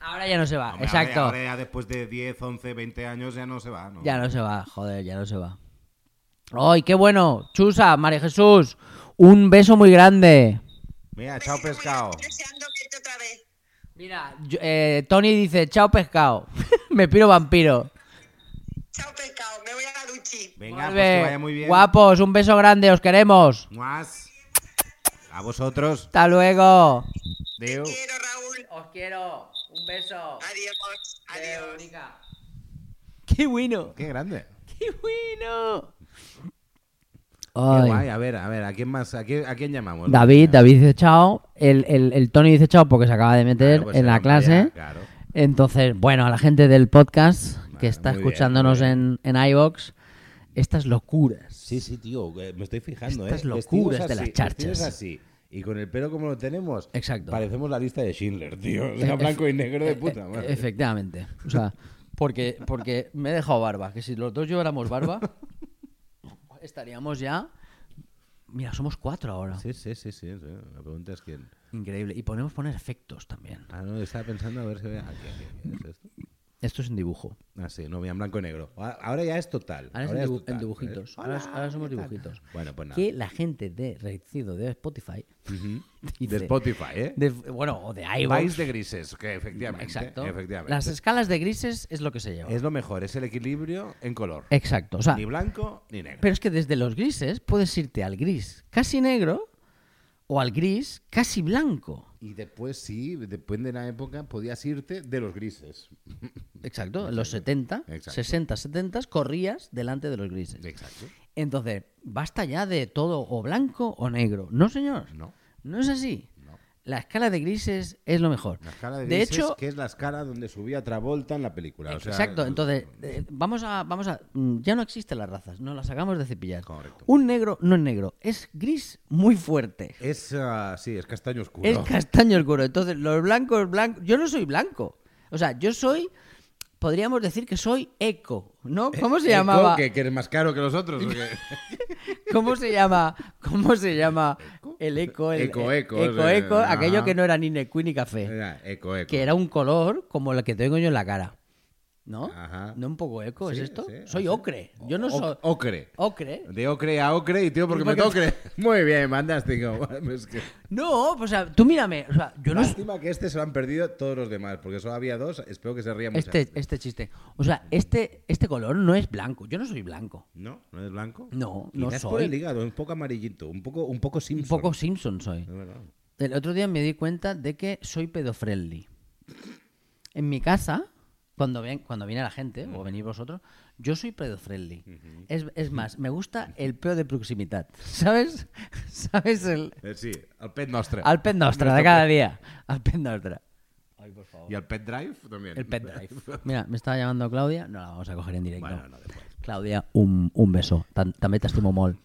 Speaker 2: Ahora ya no se va,
Speaker 1: Hombre, ahora-
Speaker 2: exacto.
Speaker 1: Ahora, ya después de 10, 11, 20 años ya no se va, ¿no?
Speaker 2: Ya no se va, joder, ya no se va. ¡Ay, qué bueno! Chusa, María Jesús, un beso muy grande.
Speaker 1: Mira, chao
Speaker 6: Besito muy
Speaker 1: pescado.
Speaker 6: grande, Deseando verte otra vez.
Speaker 2: Mira, eh, Tony dice, chao pescado. Me piro vampiro.
Speaker 6: Chao, pescado. Me voy a la duchi.
Speaker 1: Venga, pues
Speaker 2: Vuelve.
Speaker 1: que vaya muy bien.
Speaker 2: Guapos, un beso grande, os queremos.
Speaker 1: Muas. A vosotros.
Speaker 2: Hasta luego.
Speaker 1: Deu.
Speaker 6: Quiero, Raúl.
Speaker 2: Os quiero. Un beso.
Speaker 6: Adiós. Adiós.
Speaker 2: Qué bueno,
Speaker 1: Qué grande.
Speaker 2: qué bueno.
Speaker 1: Qué
Speaker 2: Ay.
Speaker 1: guay. A ver, a ver, ¿a quién más? ¿A quién, a quién llamamos?
Speaker 2: David, David dice chao. El, el- el Tony dice chao porque se acaba de meter
Speaker 1: Claro, pues
Speaker 2: en
Speaker 1: se
Speaker 2: la
Speaker 1: van para
Speaker 2: clase.
Speaker 1: allá, claro.
Speaker 2: Entonces, bueno, a la gente del podcast
Speaker 1: Vale,
Speaker 2: que está
Speaker 1: muy bien,
Speaker 2: escuchándonos
Speaker 1: muy
Speaker 2: en, en iBox, estas locuras.
Speaker 1: Sí, sí, tío, eh, me estoy fijando,
Speaker 2: Estas
Speaker 1: ¿eh?
Speaker 2: locuras
Speaker 1: Vestidos
Speaker 2: de las
Speaker 1: así,
Speaker 2: charchas.
Speaker 1: vestidos así. Y con el pelo como lo tenemos,
Speaker 2: Exacto.
Speaker 1: parecemos la lista de Schindler, tío. O sea,
Speaker 2: Efe-
Speaker 1: blanco y negro de
Speaker 2: e-
Speaker 1: puta
Speaker 2: e-
Speaker 1: madre.
Speaker 2: Efectivamente. O sea, porque, porque me he dejado barba, que si los dos lleváramos barba, estaríamos ya. Mira, somos cuatro ahora.
Speaker 1: Sí, sí, sí, sí, sí. La pregunta es quién.
Speaker 2: Increíble. Y podemos poner efectos también.
Speaker 1: Ah, no, estaba pensando a ver si ve. Aquí, aquí, ¿es esto?
Speaker 2: Esto es en dibujo.
Speaker 1: Ah, sí, no, vean blanco y negro. Ah, Ahora ya es total.
Speaker 2: Ahora es en,
Speaker 1: ya
Speaker 2: dibu-
Speaker 1: total, ¿eh?
Speaker 2: en dibujitos.
Speaker 1: ¿ves?
Speaker 2: Ahora, es- ahora somos dibujitos.
Speaker 1: Bueno, pues nada.
Speaker 2: Que la gente de Recido de Spotify.
Speaker 1: De
Speaker 2: dice-
Speaker 1: Spotify, ¿eh?
Speaker 2: de- bueno, o de
Speaker 1: Vais
Speaker 2: iVoox.
Speaker 1: de grises, que efectivamente.
Speaker 2: Exacto.
Speaker 1: efectivamente.
Speaker 2: Las escalas de grises es lo que se lleva.
Speaker 1: Es lo mejor, es el equilibrio en color.
Speaker 2: Exacto. O sea,
Speaker 1: Ni blanco ni negro.
Speaker 2: pero es que desde los grises puedes irte al gris casi negro o al gris casi blanco.
Speaker 1: Y después, sí, depende de la época, podías irte de los grises.
Speaker 2: Exacto. En los 70,
Speaker 1: Exacto.
Speaker 2: 60, 70 corrías delante de los grises.
Speaker 1: Exacto.
Speaker 2: Entonces, basta ya de todo o blanco o negro. No, señor.
Speaker 1: No.
Speaker 2: No es así. La escala de grises es lo mejor.
Speaker 1: La escala de, grises,
Speaker 2: hecho,
Speaker 1: que es la escala donde subía Travolta en la película. o sea,
Speaker 2: Exacto, entonces eh, vamos a vamos a mm, ya no existen las razas, no las hagamos de cepillar.
Speaker 1: Correcto.
Speaker 2: Un negro no es negro, es gris muy fuerte.
Speaker 1: Es, ah, sí, es castaño oscuro.
Speaker 2: Es castaño oscuro. Entonces, los blancos blancos, yo no soy blanco. O sea, yo soy podríamos decir que soy eco, ¿no? ¿Cómo se
Speaker 1: Eh, Eco,
Speaker 2: llamaba?
Speaker 1: Que, que eres más caro que los otros. ¿o qué?
Speaker 2: ¿Cómo se llama? ¿Cómo se llama el eco? El, eh,
Speaker 1: Eco, eco,
Speaker 2: eco,
Speaker 1: o sea,
Speaker 2: eco, aquello
Speaker 1: ajá.
Speaker 2: que no era ni necuí ni café,
Speaker 1: Era eco, eco.
Speaker 2: que era un color como el que tengo yo en la cara. ¿No?
Speaker 1: Ajá.
Speaker 2: ¿No un poco eco
Speaker 1: Sí,
Speaker 2: es esto?
Speaker 1: sí,
Speaker 2: soy
Speaker 1: sí.
Speaker 2: ocre. Yo no
Speaker 1: O-
Speaker 2: soy.
Speaker 1: Ocre.
Speaker 2: Ocre.
Speaker 1: De ocre a ocre y tío porque me
Speaker 2: Porque-
Speaker 1: tocre. Muy bien, fantástico. Es que-
Speaker 2: No, pues, o sea, tú mírame. O sea, yo no.
Speaker 1: Lástima que este se lo han perdido todos los demás, porque solo había dos. Espero que se rían mucho.
Speaker 2: Este, este chiste. O sea, este, este color no es blanco. Yo no soy blanco.
Speaker 1: ¿No? ¿No es blanco?
Speaker 2: No, no
Speaker 1: Quizás por
Speaker 2: soy.
Speaker 1: el hígado, un poco amarillito, un poco, un poco
Speaker 2: Un
Speaker 1: Simpson.
Speaker 2: poco Simpson soy.
Speaker 1: Es verdad.
Speaker 2: El otro día me di cuenta de que soy pedofriendly. En mi casa, cuando, ven, cuando viene la gente, o venís vosotros, yo soy pedofriendly. es, es más, me gusta el peo de proximidad. ¿Sabes? ¿Sabes? El,
Speaker 1: Eh, sí, el pet nostre.
Speaker 2: al pet nostra de cada día. Al pet nostra.
Speaker 1: Y el pet drive también.
Speaker 2: El pet drive. Mira, me estaba llamando Claudia. No la vamos a coger en directo.
Speaker 1: Bueno, no, después.
Speaker 2: Claudia, un, un beso. Tan- També t'estimo molt.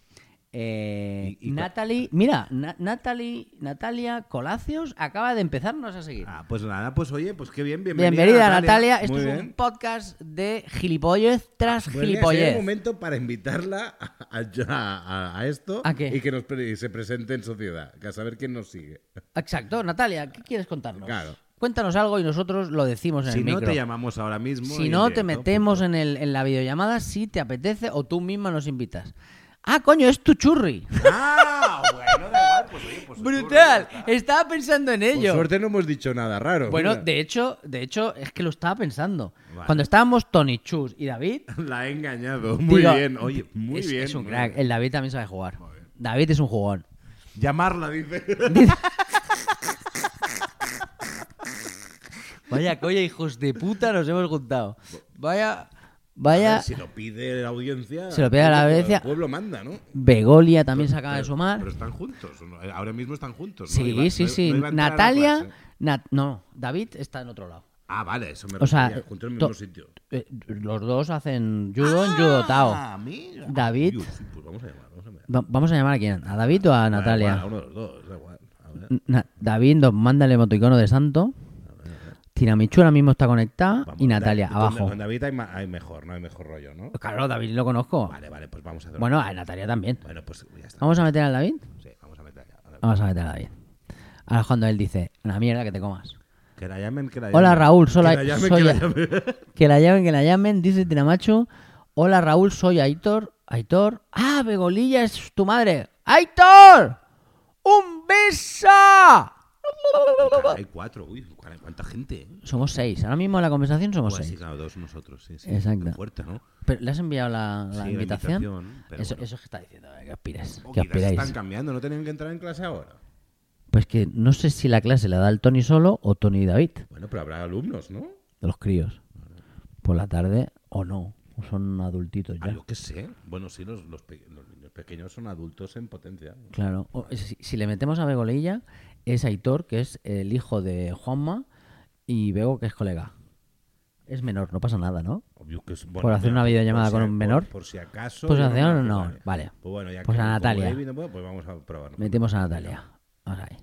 Speaker 2: Eh,
Speaker 1: I- i-
Speaker 2: Natalie, mira, Na- Natalie, Natalia Colacios acaba de empezarnos a seguir.
Speaker 1: Ah, pues nada, pues oye, pues qué bien, bienvenida.
Speaker 2: Bienvenida Natalia, esto
Speaker 1: Muy
Speaker 2: es
Speaker 1: bien.
Speaker 2: un podcast de gilipollez tras
Speaker 1: Podría ser el
Speaker 2: gilipollez.
Speaker 1: momento para invitarla a, a- a- a esto
Speaker 2: ¿A qué?
Speaker 1: y que nos pre- y se presente en sociedad, que a saber quién nos sigue.
Speaker 2: Exacto, Natalia, ¿qué quieres contarnos?
Speaker 1: Claro.
Speaker 2: Cuéntanos algo y nosotros lo decimos en
Speaker 1: Si
Speaker 2: el
Speaker 1: no
Speaker 2: micro.
Speaker 1: te llamamos ahora mismo.
Speaker 2: si
Speaker 1: en
Speaker 2: no, te
Speaker 1: directo,
Speaker 2: metemos en, el, en la videollamada si te apetece o tú misma nos invitas. Ah, coño, es tu churri.
Speaker 1: ¡Ah! Bueno, da igual, pues oye, pues.
Speaker 2: Brutal, estaba pensando en
Speaker 1: Por
Speaker 2: ello.
Speaker 1: suerte no hemos dicho nada raro.
Speaker 2: Bueno,
Speaker 1: mira.
Speaker 2: de hecho, de hecho, es que lo estaba pensando.
Speaker 1: Vale.
Speaker 2: Cuando estábamos Tony, Chus y David.
Speaker 1: La he engañado. Muy
Speaker 2: digo,
Speaker 1: bien, oye, muy
Speaker 2: es,
Speaker 1: bien.
Speaker 2: Es un
Speaker 1: muy
Speaker 2: crack.
Speaker 1: bien.
Speaker 2: El David también sabe jugar. David es un jugón.
Speaker 1: Llamarla, dice.
Speaker 2: Vaya coña, hijos de puta, nos hemos juntado. Vaya.
Speaker 1: A
Speaker 2: Vaya.
Speaker 1: ver, Si lo pide la audiencia.
Speaker 2: Se lo pide a la
Speaker 1: el
Speaker 2: audiencia.
Speaker 1: pueblo manda, ¿no?
Speaker 2: Begolia también se acaba de
Speaker 1: Pero-
Speaker 2: sumar.
Speaker 1: Pero están juntos. ¿o no? Ahora mismo están juntos. ¿no?
Speaker 2: sí,
Speaker 1: Iba-
Speaker 2: sí,
Speaker 1: no-
Speaker 2: sí.
Speaker 1: no iba a entrar a la
Speaker 2: Natalia.
Speaker 1: clase.
Speaker 2: Nat- no, David está en otro lado.
Speaker 1: Ah, vale, eso me
Speaker 2: O sea,
Speaker 1: refería, Juntos en el
Speaker 2: to-
Speaker 1: mismo sitio.
Speaker 2: Eh, los dos hacen judo en judo tao.
Speaker 1: Ah, mira.
Speaker 2: David.
Speaker 1: Uy, sí, pues vamos a llamar, vamos a llamar.
Speaker 2: Va- vamos a llamar a quién, a David o a Natalia.
Speaker 1: Da igual, a uno de los dos, da igual. A ver,
Speaker 2: Na- David nos manda el emoticono de santo. Tiramichu ahora mismo está conectada.
Speaker 1: vamos,
Speaker 2: Y Natalia,
Speaker 1: Da- con-
Speaker 2: abajo.
Speaker 1: Con David hay, ma- hay mejor, no hay mejor rollo, ¿no?
Speaker 2: Claro, David lo conozco.
Speaker 1: Vale, vale, pues vamos a hacer
Speaker 2: Bueno, a Natalia también.
Speaker 1: Bueno, pues ya está.
Speaker 2: ¿Vamos a meter al David?
Speaker 1: Sí, vamos a meter allá. a ver.
Speaker 2: Vamos a meter al David. Ahora es cuando él dice, la mierda que te comas.
Speaker 1: Que la llamen, que la llamen.
Speaker 2: Hola Raúl, soy...
Speaker 1: Que
Speaker 2: a-
Speaker 1: la llamen,
Speaker 2: soy
Speaker 1: que la
Speaker 2: a-
Speaker 1: llamen.
Speaker 2: que la llamen, que la llamen, dice Tinamachu. Hola Raúl, soy Aitor. Aitor. Ah, Begolilla es tu madre. ¡Aitor! ¡Un beso!
Speaker 1: Hay cuatro, uy, cuál- cuánta gente. eh.
Speaker 2: Somos seis. Ahora mismo en la conversación somos
Speaker 1: Pues sí,
Speaker 2: seis.
Speaker 1: claro, dos nosotros, sí, sí.
Speaker 2: Exacto.
Speaker 1: Qué fuerte, ¿no?
Speaker 2: Pero, ¿Le has enviado la, la
Speaker 1: Sí, la
Speaker 2: invitación?
Speaker 1: invitación, pero
Speaker 2: eso,
Speaker 1: bueno.
Speaker 2: eso es que está diciendo, eh, que aspiráis.
Speaker 1: O
Speaker 2: que
Speaker 1: quizás
Speaker 2: aspiráis.
Speaker 1: están cambiando, no tenían que entrar en clase ahora.
Speaker 2: Pues que no sé si la clase la da el Tony solo o Tony y David,
Speaker 1: Bueno, pero habrá alumnos, ¿no?
Speaker 2: de los críos. Por la tarde o no. O son adultitos
Speaker 1: Ah,
Speaker 2: ya.
Speaker 1: yo qué sé. Bueno, sí, los, los, pe- los niños pequeños son adultos en potencia.
Speaker 2: Claro. O- si, si le metemos a Begolilla, es Aitor, que es el hijo de Juanma, y Bego, que es colega. Es menor, no pasa nada, ¿no?
Speaker 1: Obvio que es- bueno,
Speaker 2: Por hacer
Speaker 1: mira,
Speaker 2: una
Speaker 1: por-
Speaker 2: videollamada
Speaker 1: por
Speaker 2: con
Speaker 1: si-
Speaker 2: un menor.
Speaker 1: Por, por si acaso.
Speaker 2: Pues
Speaker 1: yo
Speaker 2: hacer-
Speaker 1: me
Speaker 2: no,
Speaker 1: acuerdo.
Speaker 2: vale.
Speaker 1: Pues bueno, ya
Speaker 2: Pues
Speaker 1: que
Speaker 2: a
Speaker 1: como
Speaker 2: Natalia.
Speaker 1: David no puede, pues vamos a probar.
Speaker 2: Metemos a Natalia. Vamos ahí.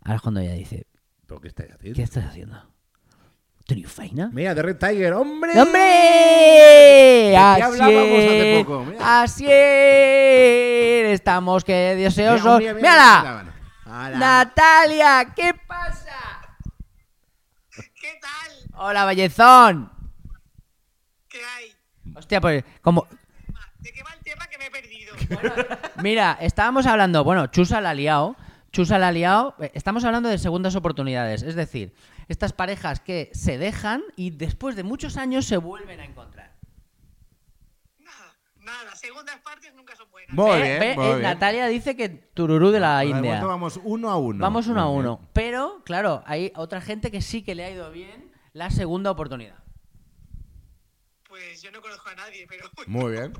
Speaker 2: Ahora es cuando ella dice,
Speaker 1: ¿Pero qué estáis haciendo?
Speaker 2: ¿qué estás haciendo? ¿Tenido faena?
Speaker 1: Mira, The Red Tiger, hombre.
Speaker 2: ¡Hombre!
Speaker 1: qué
Speaker 2: Así
Speaker 1: hablábamos hace
Speaker 2: es,
Speaker 1: poco, mira.
Speaker 2: así es. Estamos que
Speaker 1: Mira,
Speaker 2: deseosos.
Speaker 1: mira, mira,
Speaker 2: ¡Mírala!
Speaker 1: mira, mira. Ala.
Speaker 2: ¡Natalia! ¿Qué pasa?
Speaker 6: ¿Qué tal?
Speaker 2: ¡Hola, Vallezón!
Speaker 6: ¿Qué hay?
Speaker 2: Hostia, pues como...
Speaker 6: ¿De qué va el tema que me he perdido?
Speaker 2: Mira, estábamos hablando... Bueno, Chusa la ha liado. Chusa la ha liado. Eh, Estamos hablando de segundas oportunidades. Es decir, estas parejas que se dejan y después de muchos años se vuelven a encontrar.
Speaker 6: nada, nada, segundas partes nunca son buenas.
Speaker 1: Muy
Speaker 2: Ve-
Speaker 1: bien,
Speaker 2: ve,
Speaker 1: muy
Speaker 2: eh,
Speaker 1: bien.
Speaker 2: Natalia dice que tururú de la
Speaker 1: Por el
Speaker 2: India.
Speaker 1: momento vamos uno a uno.
Speaker 2: Vamos uno a
Speaker 1: Muy bien.
Speaker 2: uno. Pero, claro, hay otra gente que sí que le ha ido bien la segunda oportunidad.
Speaker 6: Pues yo no conozco a nadie, pero
Speaker 1: Muy bien.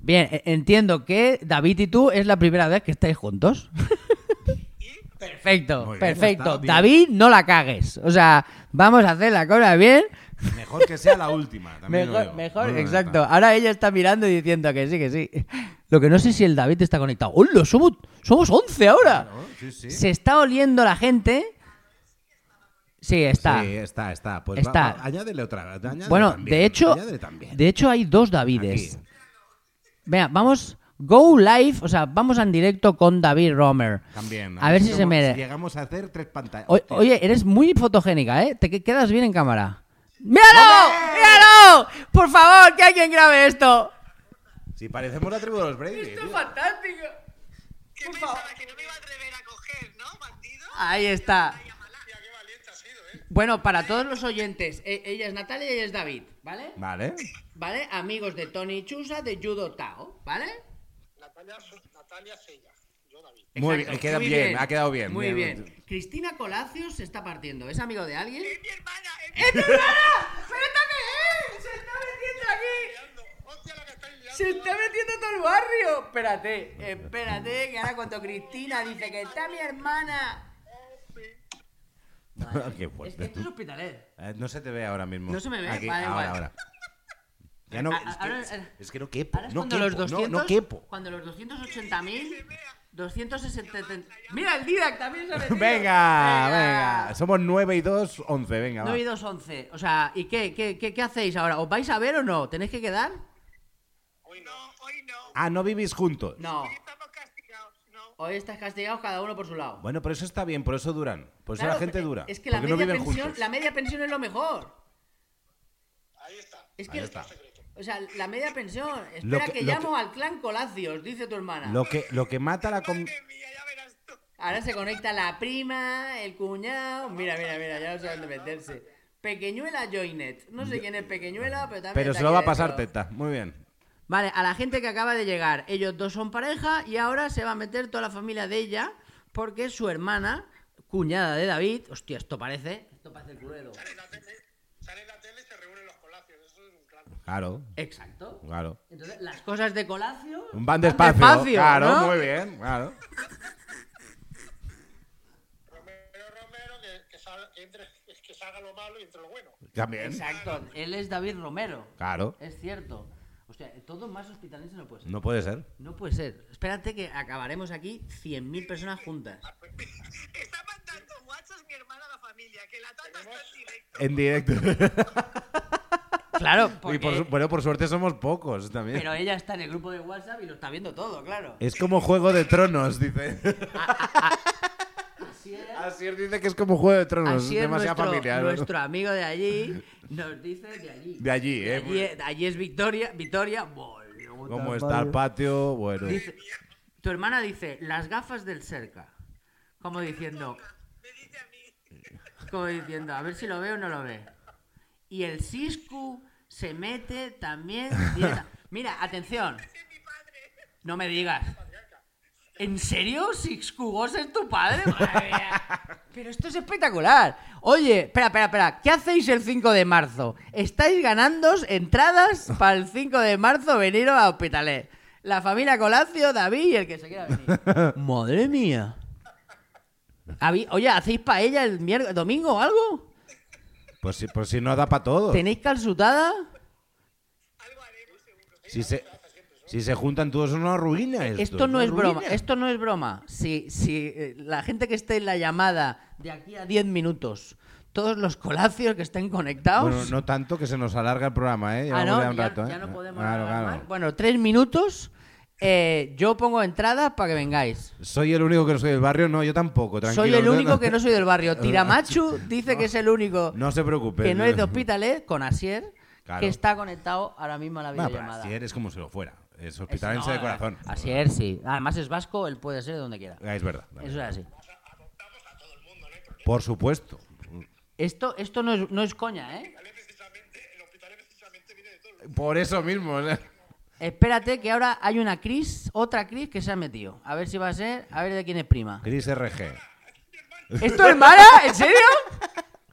Speaker 2: Bien, e- entiendo que David y tú es la primera vez que estáis juntos. perfecto,
Speaker 1: Muy bien, ya
Speaker 2: perfecto.
Speaker 1: está, bien.
Speaker 2: David, no la cagues. O sea, vamos a hacer la cosa bien.
Speaker 1: Mejor que sea la última. También lo
Speaker 2: Mejor,
Speaker 1: digo.
Speaker 2: mejor,
Speaker 1: Bueno, ya
Speaker 2: exacto.
Speaker 1: está.
Speaker 2: Ahora ella está mirando y diciendo que sí, que sí. Lo que no sé si el David está conectado. ¡Hola! Somos, somos 11 ahora.
Speaker 1: Claro, sí, sí.
Speaker 2: Se está oliendo la gente. Sí, está.
Speaker 1: Sí, está, está. Pues
Speaker 2: Está.
Speaker 1: va- va- añádele otra. añádele
Speaker 2: Bueno,
Speaker 1: también,
Speaker 2: de hecho,
Speaker 1: añádele también.
Speaker 2: de hecho hay dos Davides. Vea, vamos go live, o sea, vamos en directo con David Romer.
Speaker 1: También.
Speaker 2: A ver si se
Speaker 1: cómo-
Speaker 2: me
Speaker 1: Llegamos a hacer tres pantallas.
Speaker 2: O- Oye, eres muy fotogénica, ¿eh? Te que- quedas bien en cámara. ¡Míralo! ¡Míralo! Por favor, que alguien grabe esto.
Speaker 1: Si parecemos la tribu de los Brady.
Speaker 2: Esto es
Speaker 1: tío.
Speaker 2: fantástico.
Speaker 6: ¿Qué
Speaker 2: Por
Speaker 6: pensaba?
Speaker 2: favor.
Speaker 6: Que no me iba a atrever a coger, ¿no, bandido?
Speaker 2: Ahí está.
Speaker 6: Hostia, qué valiente has sido, ¿eh?
Speaker 2: Bueno, para todos los oyentes, e- ella es Natalia y ella es David, ¿vale?
Speaker 1: Vale.
Speaker 2: ¿Vale? Amigos de Tony Chusa de Judo Tao, ¿vale?
Speaker 8: Natalia, Natalia Cella, yo David.
Speaker 1: Muy
Speaker 2: Exacto,
Speaker 1: bien, queda
Speaker 2: muy
Speaker 1: bien, ha quedado bien.
Speaker 2: Muy
Speaker 1: bien.
Speaker 2: bien. Cristina Palacios se está partiendo. ¿Es amigo de alguien?
Speaker 6: Es mi hermana, es mi
Speaker 2: ¡Es mi hermana! ¡Pero esta qué es! eh! ¡Se está metiendo aquí!
Speaker 8: Liando, Hostia, la que estáis liando.
Speaker 2: ¡Se está metiendo todo el barrio! Espérate, espérate, que ahora cuando Cristina dice que está mi hermana.
Speaker 1: Ah, Qué
Speaker 2: Es que
Speaker 1: fuerte.
Speaker 2: esto es hospitalet.
Speaker 1: Eh, No se te ve ahora mismo.
Speaker 2: No se me ve,
Speaker 1: Aquí,
Speaker 2: vale,
Speaker 1: ahora,
Speaker 2: igual.
Speaker 1: ahora. Ya no,
Speaker 2: A-
Speaker 1: es, que,
Speaker 2: ahora-
Speaker 1: es- es que no quepo.
Speaker 2: Ahora es
Speaker 1: No
Speaker 2: cuando
Speaker 1: quepo,
Speaker 2: los 200,
Speaker 1: no, no quepo.
Speaker 2: Cuando los 280.000, 260. Mira, el Didac también se ha metido.
Speaker 1: Venga, venga. Somos 9 y 2, 11. Venga, va.
Speaker 2: 9 y 2, 11. O sea, ¿y qué, qué, qué, qué hacéis ahora? ¿Os vais a ver o no? ¿Tenéis que quedar?
Speaker 6: Hoy no, hoy no.
Speaker 1: Ah, no vivís juntos.
Speaker 2: No.
Speaker 6: Hoy estamos castigados, ¿no?
Speaker 2: Hoy estás castigados cada uno por su lado.
Speaker 1: Bueno, pero eso está bien, por eso duran. Por eso
Speaker 2: Claro,
Speaker 1: Pues la gente
Speaker 2: pero
Speaker 1: dura.
Speaker 2: Es que la
Speaker 1: porque no
Speaker 2: media,
Speaker 1: viven
Speaker 2: pensión,
Speaker 1: juntos.
Speaker 2: la media pensión es lo mejor.
Speaker 8: Ahí está.
Speaker 2: Es
Speaker 1: Ahí
Speaker 2: que,
Speaker 1: está.
Speaker 2: o sea, la media pensión.
Speaker 1: Lo
Speaker 2: Espera
Speaker 1: que-
Speaker 2: que,
Speaker 1: lo
Speaker 2: llamo al clan Colacios, dice tu hermana.
Speaker 1: Lo que, lo que mata la com-
Speaker 6: Madre mía, ya verás tú.
Speaker 2: Ahora se conecta la prima, el cuñado. Mira, mira, mira, ya no saben dónde meterse. Pequeñuela Joinet. No sé quién es Pequeñuela, pero también.
Speaker 1: Pero
Speaker 2: está
Speaker 1: se lo va a
Speaker 2: aquí dentro.
Speaker 1: pasar teta. Muy bien.
Speaker 2: Vale, a la gente que acaba de llegar, ellos dos son pareja y ahora se va a meter toda la familia de ella porque su hermana, cuñada de David, hostia, esto parece, esto parece el culero.
Speaker 8: Sale la tele, sale la tele y se reúnen los colacios. Eso es un clan.
Speaker 1: Claro,
Speaker 2: Exacto.
Speaker 1: claro.
Speaker 2: Entonces, las cosas de Colacio
Speaker 1: Van despacio. claro,
Speaker 2: ¿no?
Speaker 1: muy bien, claro.
Speaker 8: Romero Romero, que, que, salga, que, entre, que salga lo malo y entre lo bueno.
Speaker 1: También.
Speaker 2: Exacto, él es David Romero.
Speaker 1: Claro.
Speaker 2: Es cierto. Hostia, todo más hospitalense no puede ser.
Speaker 1: No puede ser.
Speaker 2: No puede ser. Espérate que acabaremos aquí 100.000 personas juntas.
Speaker 6: Está mandando WhatsApp mi hermana a la familia, que la tata está en directo.
Speaker 1: En directo.
Speaker 2: Claro,
Speaker 1: Y por su-
Speaker 2: porque-
Speaker 1: bueno, por suerte somos pocos también.
Speaker 2: pero ella está en el grupo de WhatsApp y lo está viendo todo, claro.
Speaker 1: Es como Juego de Tronos, dice.
Speaker 2: Así era.
Speaker 1: Asier dice que es como Juego de Tronos.
Speaker 2: Así
Speaker 1: es
Speaker 2: es
Speaker 1: demasiada
Speaker 2: nuestro,
Speaker 1: familia. ¿no?
Speaker 2: nuestro amigo de allí nos dice de allí.
Speaker 1: De allí,
Speaker 2: De
Speaker 1: ¿eh?
Speaker 2: allí, de allí es Victoria. Victoria, boludo,
Speaker 1: ¿Cómo está el patio? Bueno.
Speaker 2: Dice- tu hermana dice, las gafas del cerca. Como diciendo,
Speaker 6: Me dice a mí.
Speaker 2: como diciendo, a ver si lo ve o no lo ve. Y el Siscu se mete también. directa- Mira, atención. No me digas. ¿En serio? ¿Siscu Goss es tu padre? Madre mía. Pero esto es espectacular. Oye, espera, espera, espera. ¿Qué hacéis el 5 de marzo? ¿Estáis ganando entradas para el 5 de marzo venir a Hospitalet? La familia Colacio, David y el que se quiera venir. Madre mía. Habí- Oye, ¿hacéis paella el miércoles, domingo o algo?
Speaker 1: Pues si, pues si no da para todo.
Speaker 2: ¿Tenéis calzutada?
Speaker 1: Si se, si se juntan todos, es una ruina. Esto,
Speaker 2: Esto no
Speaker 1: una
Speaker 2: es broma,
Speaker 1: ruina.
Speaker 2: esto no es broma. Si, si eh, la gente que esté en la llamada de aquí a 10 minutos, todos los colacios que estén conectados...
Speaker 1: Bueno, no tanto que se nos alarga el programa, ¿eh?
Speaker 2: Ah,
Speaker 1: Llevamos
Speaker 2: no,
Speaker 1: ya un
Speaker 2: ya-
Speaker 1: rato, ¿eh?
Speaker 2: ya no podemos
Speaker 1: Claro,
Speaker 2: alargar
Speaker 1: claro.
Speaker 2: más. Bueno, tres minutos, eh, yo pongo entradas para que vengáis.
Speaker 1: Soy el único que no soy del barrio, no, yo tampoco, tranquilo.
Speaker 2: soy el único que no soy del barrio. Tiramachu dice que es el único
Speaker 1: No se preocupe.
Speaker 2: que no es de Hospitalet, con Asier,
Speaker 1: Claro.
Speaker 2: que está conectado ahora mismo a la
Speaker 1: Bueno, pero
Speaker 2: videollamada.
Speaker 1: Asier es como si lo fuera. Es
Speaker 2: Es-
Speaker 1: hospitalense
Speaker 2: no, eh,
Speaker 1: de corazón.
Speaker 2: Asier, sí. Además es vasco, él puede ser de donde quiera.
Speaker 1: Ah, Es verdad. vale.
Speaker 2: Eso es así.
Speaker 1: Por supuesto.
Speaker 2: Esto, esto no, es, no es coña, ¿eh?
Speaker 1: Por eso mismo. ¿eh? o sea.
Speaker 2: Espérate que ahora hay una Cris, otra Cris que se ha metido. A ver si va a ser, a ver de quién es prima.
Speaker 1: Cris RG.
Speaker 2: ¿Es tu hermana? ¿En serio?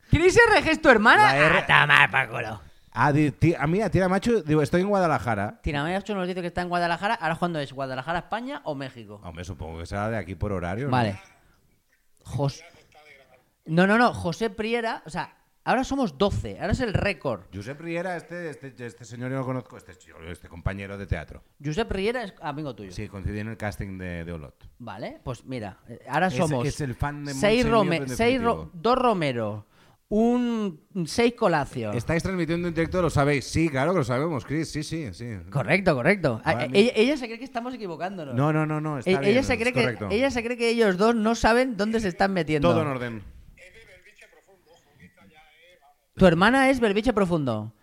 Speaker 2: ¿Cris RG es tu hermana?
Speaker 1: La R-
Speaker 2: Ah, toma, Paco.
Speaker 1: Ah, di- ti- a mí, a Tira Macho, digo, estoy en Guadalajara.
Speaker 2: Tiramayacho nos dice que está en Guadalajara. Ahora, ¿cuándo es? ¿Guadalajara, España o México?
Speaker 1: Hombre, supongo que será de aquí por horario. ¿no?
Speaker 2: Vale. Jos- No, no, no. José Priera, o sea, ahora somos 12. Ahora es el récord.
Speaker 1: Josep Riera, este, este, este señor yo no conozco, este, este compañero de teatro.
Speaker 2: Josep Priera es amigo tuyo.
Speaker 1: Sí, coincidí en el casting de, de Olot.
Speaker 2: Vale, pues mira, eh, ahora
Speaker 1: Es-
Speaker 2: somos
Speaker 1: es el fan de
Speaker 2: seis,
Speaker 1: Montse
Speaker 2: Rome-
Speaker 1: Nieto en
Speaker 2: seis Ro-
Speaker 1: definitivo.
Speaker 2: dos Romero, un seis Colacio.
Speaker 1: Estáis transmitiendo en directo, lo sabéis. Sí, claro que lo sabemos, Chris. Sí, sí, sí.
Speaker 2: Correcto, correcto. Ah,
Speaker 1: Vale,
Speaker 2: eh,
Speaker 1: mi-
Speaker 2: Ella, ella se cree que estamos equivocándonos.
Speaker 1: No, no, no, no. Está
Speaker 2: Eh,
Speaker 1: bien,
Speaker 2: ella, se
Speaker 1: es
Speaker 2: cree que,
Speaker 1: correcto.
Speaker 2: ella se cree que ellos dos no saben dónde se están metiendo.
Speaker 1: Todo en orden.
Speaker 2: Tu hermana es berbiche profundo.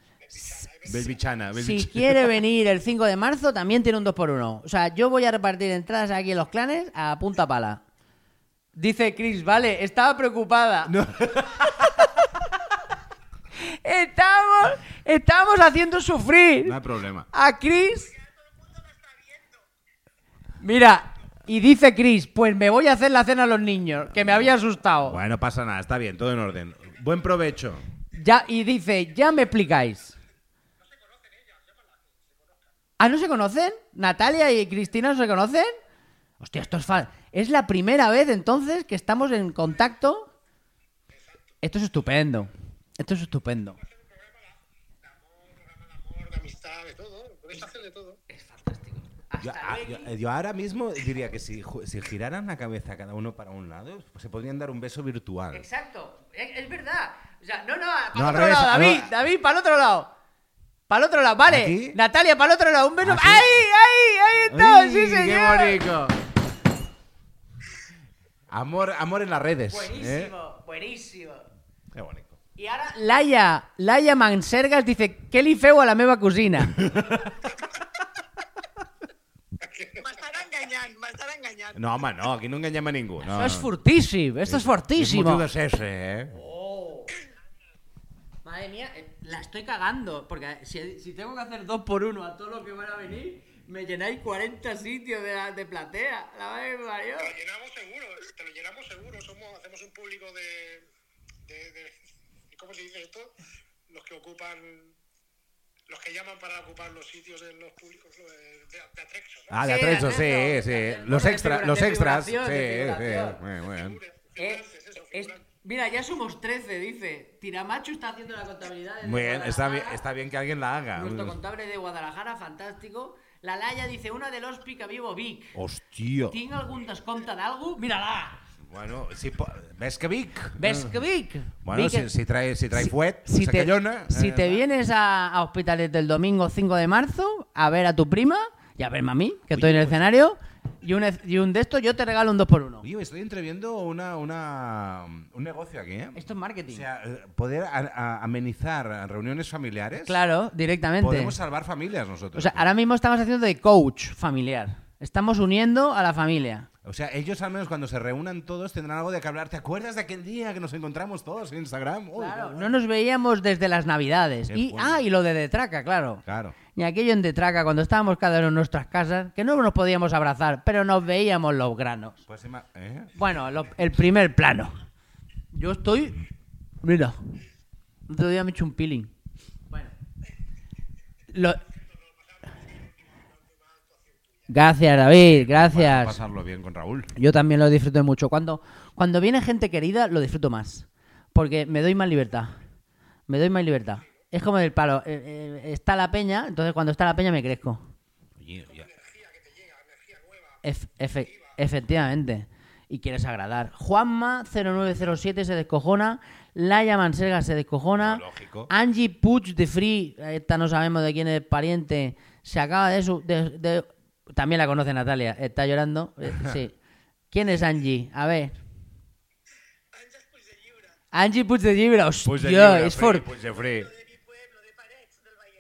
Speaker 1: Belvichana,
Speaker 2: Si
Speaker 1: Belvichana.
Speaker 2: quiere venir el 5 de marzo, también tiene un 2x1. O sea, yo voy a repartir entradas aquí en los clanes a punta pala. Dice Chris, vale, estaba preocupada. estamos, estamos haciendo sufrir
Speaker 1: No hay problema.
Speaker 2: a Chris. Mira, y dice Chris, pues me voy a hacer la cena a los niños, que me había asustado.
Speaker 1: Bueno, pasa nada, está bien, todo en orden. Buen provecho.
Speaker 2: Ya, y dice, ya me explicáis. ¿Ah, no se conocen? ¿Natalia y Cristina no se conocen? Hostia, esto es fan. Es la primera vez entonces que estamos en contacto. Esto es estupendo. Esto es estupendo.
Speaker 8: Amor, de amistad, de todo. Puedes hacer de todo.
Speaker 1: Yo, a- yo- eh, yo ahora mismo diría que si, ju- si giraran la cabeza cada uno para un lado, se podrían dar un beso virtual.
Speaker 2: Exacto. Es, es verdad. O sea, no, no, para
Speaker 1: No, al
Speaker 2: otro
Speaker 1: revés,
Speaker 2: lado,
Speaker 1: al-
Speaker 2: David, David, para el otro lado. Para el otro lado, vale.
Speaker 1: ¿Aquí?
Speaker 2: Natalia, para el otro lado. Un beso.
Speaker 1: ¿Así?
Speaker 2: ¡Ahí, ahí, ahí está!
Speaker 1: ¡Ay,
Speaker 2: ¡Sí, señor!
Speaker 1: ¡Qué bonito! Amor, amor en las redes. ¿eh?
Speaker 2: buenísimo.
Speaker 1: Qué bonito.
Speaker 2: Y ahora Laia, Laia Mansergas dice, que li feu a la meva cosina?
Speaker 6: M'estarà enganyant, m'estarà enganyant.
Speaker 1: No, home, no, aquí no enganyem a ningú. No,
Speaker 2: Això és
Speaker 1: no.
Speaker 2: fortíssim, esto és
Speaker 1: És
Speaker 2: fortíssim.
Speaker 1: motiu de ser-se, eh?
Speaker 2: Madre mía, eh, la estoy cagando, porque si, si tengo que hacer dos por uno a todos los que van a venir, me llenáis 40 sitios de, la- de platea. La madre que me parió.
Speaker 8: Te lo llenamos seguro, te lo llenamos seguro. Somos, hacemos un público de, de, de- ¿Cómo se dice esto? Los que ocupan. Los que llaman para ocupar los sitios en los públicos lo de, de, de atrexo, ¿no?
Speaker 1: Ah, de
Speaker 2: Sí,
Speaker 1: atrecho, sí,
Speaker 2: atrecho.
Speaker 1: sí.
Speaker 2: Bueno,
Speaker 1: Los,
Speaker 2: de
Speaker 1: extras,
Speaker 2: figura-
Speaker 1: los
Speaker 2: de
Speaker 1: extras. Sí, sí,
Speaker 2: figuración, de figuración.
Speaker 1: muy bien.
Speaker 2: Eh,
Speaker 8: Figurantes, eso,
Speaker 2: es-
Speaker 8: figurantes.
Speaker 2: mira, ya somos 13, dice. Tiramacho está haciendo la contabilidad. desde
Speaker 1: Muy bien, está bien,
Speaker 2: Guadalajara.
Speaker 1: está bien que alguien la haga.
Speaker 2: Nuestro contable de Guadalajara, fantástico. La Laia dice, una de los pica vivo Vic.
Speaker 1: Hòstia.
Speaker 2: ¿Tiene algún descompte d'algú? Mira-la!
Speaker 1: Bueno, si po... ves que Vic.
Speaker 2: ¿Ves que Vic?
Speaker 1: Ah. Bueno,
Speaker 2: Vic
Speaker 1: si,
Speaker 2: es-
Speaker 1: si trae, si trae fuet,
Speaker 2: si te,
Speaker 1: sacallona,
Speaker 2: si
Speaker 1: eh,
Speaker 2: te
Speaker 1: va.
Speaker 2: vienes a, a Hospitalet del domingo 5 de marzo a ver a tu prima y a verme a mí, que estoy en el escenario, y un, y un de estos yo te regalo un 2x1.
Speaker 1: pues. Oye, me estoy entreviendo una, una, un negocio aquí, ¿eh?
Speaker 2: Esto es
Speaker 1: O
Speaker 2: marketing.
Speaker 1: sea, eh, poder a- a- amenizar reuniones familiares.
Speaker 2: claro, directamente.
Speaker 1: Podemos salvar familias nosotros.
Speaker 2: O sea, ahora mismo estamos haciendo de coach familiar. Estamos uniendo a la familia.
Speaker 1: O sea, ellos al menos cuando se reúnan todos tendrán algo de que hablar. ¿Te acuerdas de aquel día que nos encontramos todos en Instagram? Uy,
Speaker 2: Claro,
Speaker 1: qué
Speaker 2: no nos veíamos desde las navidades.
Speaker 1: Qué
Speaker 2: Y,
Speaker 1: fuerte.
Speaker 2: ah, y lo de Detraca, claro.
Speaker 1: Claro.
Speaker 2: Y aquello en Detraca, cuando estábamos cada uno en nuestras casas, que no nos podíamos abrazar, pero nos veíamos los granos.
Speaker 1: Pues ima- ¿eh?
Speaker 2: Bueno, lo- el primer plano. Yo estoy... Mira. Otro día me he hecho un peeling. Bueno. Lo- Gracias, David,
Speaker 1: Para
Speaker 2: gracias.
Speaker 1: pasarlo bien con Raúl.
Speaker 2: Yo también lo disfruto mucho. Cuando, cuando viene gente querida, lo disfruto más. Porque me doy más libertad. Me doy más libertad. Es como del palo. eh, eh, está la peña, entonces cuando está la peña me crezco.
Speaker 1: Oye, ya-
Speaker 2: Ef- efe- efectivamente. Y quieres agradar. Juanma0907 se descojona. Laia Manserga se descojona.
Speaker 1: No, lógico.
Speaker 2: Angie Puig de Free, esta no sabemos de quién es pariente, se acaba de su. de- de- También la conoce Natalia, está llorando. eh, sí. ¿Quién es Angie? A ver. Angie Puig de Llibre,
Speaker 1: Puig Pues de
Speaker 2: hostia,
Speaker 1: llibre,
Speaker 2: és
Speaker 1: Free,
Speaker 2: fort.
Speaker 1: Puig de Free.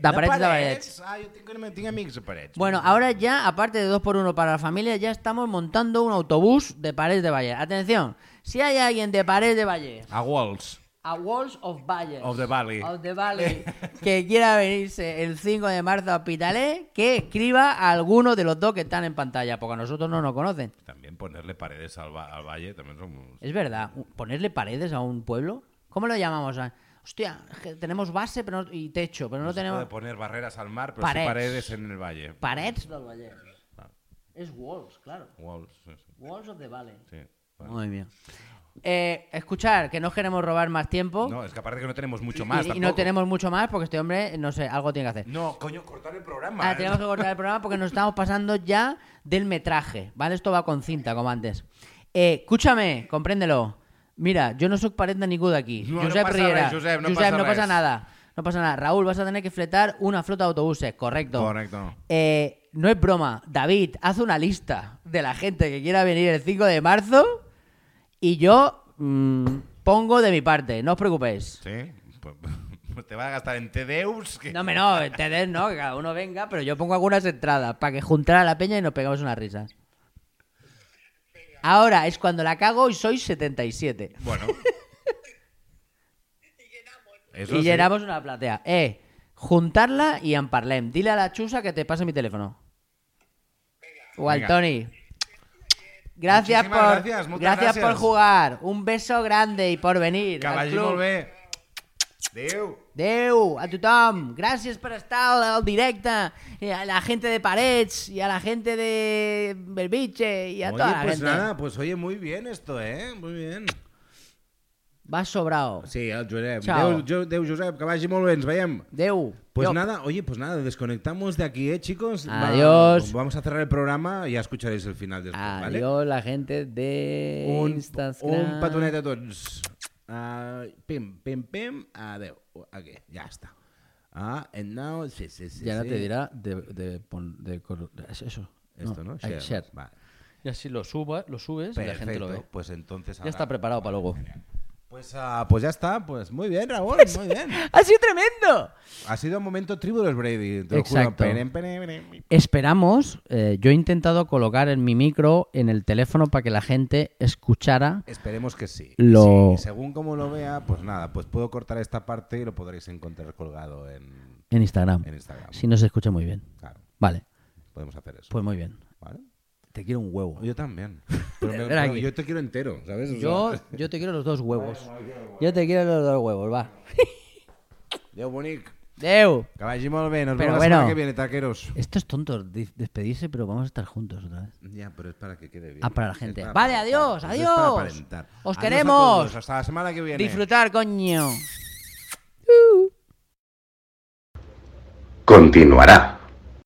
Speaker 2: De Parets de Parets.
Speaker 1: Ah, yo tengo, tengo amigos de Parets.
Speaker 2: Bueno, ahora ya, aparte de 2x1 para la familia, ya estamos montando un autobús de Paredes de Valle. Atención, si hay alguien de Paredes de Valle,
Speaker 1: A Walls.
Speaker 2: a Walls of Valle,
Speaker 1: Of the Valley.
Speaker 2: of the Valley, que quiera venirse el 5 de marzo a Hospitalet, que escriba a alguno de los dos que están en pantalla, porque a nosotros no nos conocen.
Speaker 1: También ponerle paredes al, va- al valle también son...
Speaker 2: Es verdad, u- ponerle paredes a un pueblo, ¿cómo lo llamamos? A- Hostia, es que tenemos base pero no- y techo, pero no
Speaker 1: se puede
Speaker 2: tenemos...
Speaker 1: poner barreras al mar, pero
Speaker 2: Parets.
Speaker 1: sí paredes en el valle.
Speaker 2: Paredes del Valle. Es Walls, claro.
Speaker 1: Walls, sí, sí,
Speaker 2: Walls of the Valley.
Speaker 1: sí. Bueno.
Speaker 2: Muy bien. Eh, escuchar, que no os queremos robar más tiempo.
Speaker 1: No, es que aparte que no tenemos mucho
Speaker 2: Y-
Speaker 1: más
Speaker 2: y, y no
Speaker 1: tampoco.
Speaker 2: tenemos mucho más porque este hombre, no sé, algo tiene que hacer.
Speaker 1: No, coño, cortar el programa. ¿eh?
Speaker 2: Ah, tenemos que cortar el programa porque nos estamos pasando ya del metraje, ¿vale? Esto va con cinta, como antes. Eh, escúchame, compréndelo. Mira, yo no soy parent de ningú d'aquí.
Speaker 1: No, no
Speaker 2: Josep
Speaker 1: passa
Speaker 2: Riera.
Speaker 1: res, Josep, no
Speaker 2: Josep,
Speaker 1: passa
Speaker 2: no pasa
Speaker 1: res.
Speaker 2: nada. No pasa nada. Raúl, vas a tener que fletar una flota de autobuses, correcto.
Speaker 1: Correcto.
Speaker 2: Eh, no es broma. David, haz una lista de la gente que quiera venir el 5 de marzo y yo mm, pongo de mi parte, no os preocupéis.
Speaker 1: Sí, pues, te vas a gastar en TDEUs. que-
Speaker 2: No, me no, entendés, no, que cada uno venga, pero yo pongo algunas entradas para que juntar a la peña y nos pegamos unas risas. Ahora es cuando la cago y soy 77.
Speaker 1: Bueno. Eso
Speaker 2: y
Speaker 1: sí.
Speaker 2: llenamos una platea. Eh, juntarla y amparlem. Dile a la chusa que te pase mi teléfono. O al
Speaker 1: Venga.
Speaker 2: Tony. Gracias
Speaker 1: Muchísimas
Speaker 2: por,
Speaker 1: gracias,
Speaker 2: gracias,
Speaker 1: muchas
Speaker 2: por
Speaker 1: gracias.
Speaker 2: jugar. Un beso grande y por venir.
Speaker 1: Que
Speaker 2: al
Speaker 1: vagi
Speaker 2: club.
Speaker 1: molt bé. Adéu.
Speaker 2: Adéu a tothom. Gràcies per estar al directe. I a la gente de Parets, y a la gente de Belviche, y a toda
Speaker 1: Oye,
Speaker 2: la
Speaker 1: pues
Speaker 2: gente.
Speaker 1: nada, pues oye, muy bien esto, ¿eh? Muy bien.
Speaker 2: Va sobrao.
Speaker 1: Sí, el Josep.
Speaker 2: Chao.
Speaker 1: Adéu, jo, adéu, Josep, que vagi molt bé, ens veiem.
Speaker 2: Adéu.
Speaker 1: Pues
Speaker 2: Yo-
Speaker 1: nada, oye, pues nada, desconectamos de aquí, ¿eh, chicos? Va-
Speaker 2: Adiós.
Speaker 1: vamos a cerrar el programa, ya escucharéis el final después, ¿vale?
Speaker 2: Adiós la gente de
Speaker 1: Un,
Speaker 2: Instagram.
Speaker 1: un petonet a tots. Ah, pim, pim, pim, adeu. Aquí, ya está. Ah, and now, sí, sí, sí.
Speaker 2: Y ahora
Speaker 1: sí.
Speaker 2: te dirá de, de, pon- de cor- eso.
Speaker 1: Esto, ¿no?
Speaker 2: eh,
Speaker 1: Share.
Speaker 2: share.
Speaker 1: Vale.
Speaker 2: Y así lo suba, lo subes y la gente lo ve.
Speaker 1: Perfecto, Pues entonces
Speaker 2: Ya está preparado para luego.
Speaker 1: Pues, ah, pues ya está, pues muy bien, Raúl, muy bien.
Speaker 2: ¡Ha sido tremendo!
Speaker 1: Ha sido un momento tribu de los Brady. te lo juro.
Speaker 2: Exacto.
Speaker 1: Perem, perem, perem.
Speaker 2: Esperamos, eh, yo he intentado colocar en mi micro en el teléfono para que la gente escuchara.
Speaker 1: Esperemos que sí.
Speaker 2: Lo-
Speaker 1: Sí, Según como lo vea, pues nada, pues puedo cortar esta parte y lo podréis encontrar colgado en,
Speaker 2: En Instagram.
Speaker 1: en Instagram.
Speaker 2: Si no se escucha muy bien.
Speaker 1: Claro,
Speaker 2: Vale,
Speaker 1: podemos hacer eso.
Speaker 2: pues muy bien.
Speaker 1: ¿Vale? Pues
Speaker 2: Te quiero un huevo.
Speaker 1: Yo también. Pero, me-
Speaker 2: Ven
Speaker 1: pero
Speaker 2: aquí.
Speaker 1: yo te quiero entero, ¿sabes? O
Speaker 2: Yo,
Speaker 1: sea,
Speaker 2: yo te quiero los dos huevos. Yo te quiero los dos huevos, va.
Speaker 1: Adeu, bonic.
Speaker 2: Deu.
Speaker 1: Que vagi molt bé. Nos
Speaker 2: Pero
Speaker 1: vemos la semana
Speaker 2: bueno.
Speaker 1: que viene, taqueros.
Speaker 2: Esto es tonto, de- despedirse, pero vamos a estar juntos otra vez.
Speaker 1: Ya, pero es para que quede bien.
Speaker 2: Ah, para la
Speaker 1: Es
Speaker 2: gente.
Speaker 1: para
Speaker 2: Vale,
Speaker 1: aparentar. Eso
Speaker 2: adiós,
Speaker 1: es para
Speaker 2: adiós.
Speaker 1: aparentar.
Speaker 2: Os
Speaker 1: Adiós a
Speaker 2: queremos.
Speaker 1: todos, Hasta la semana que viene.
Speaker 2: Disfrutar, coño.
Speaker 9: Continuará.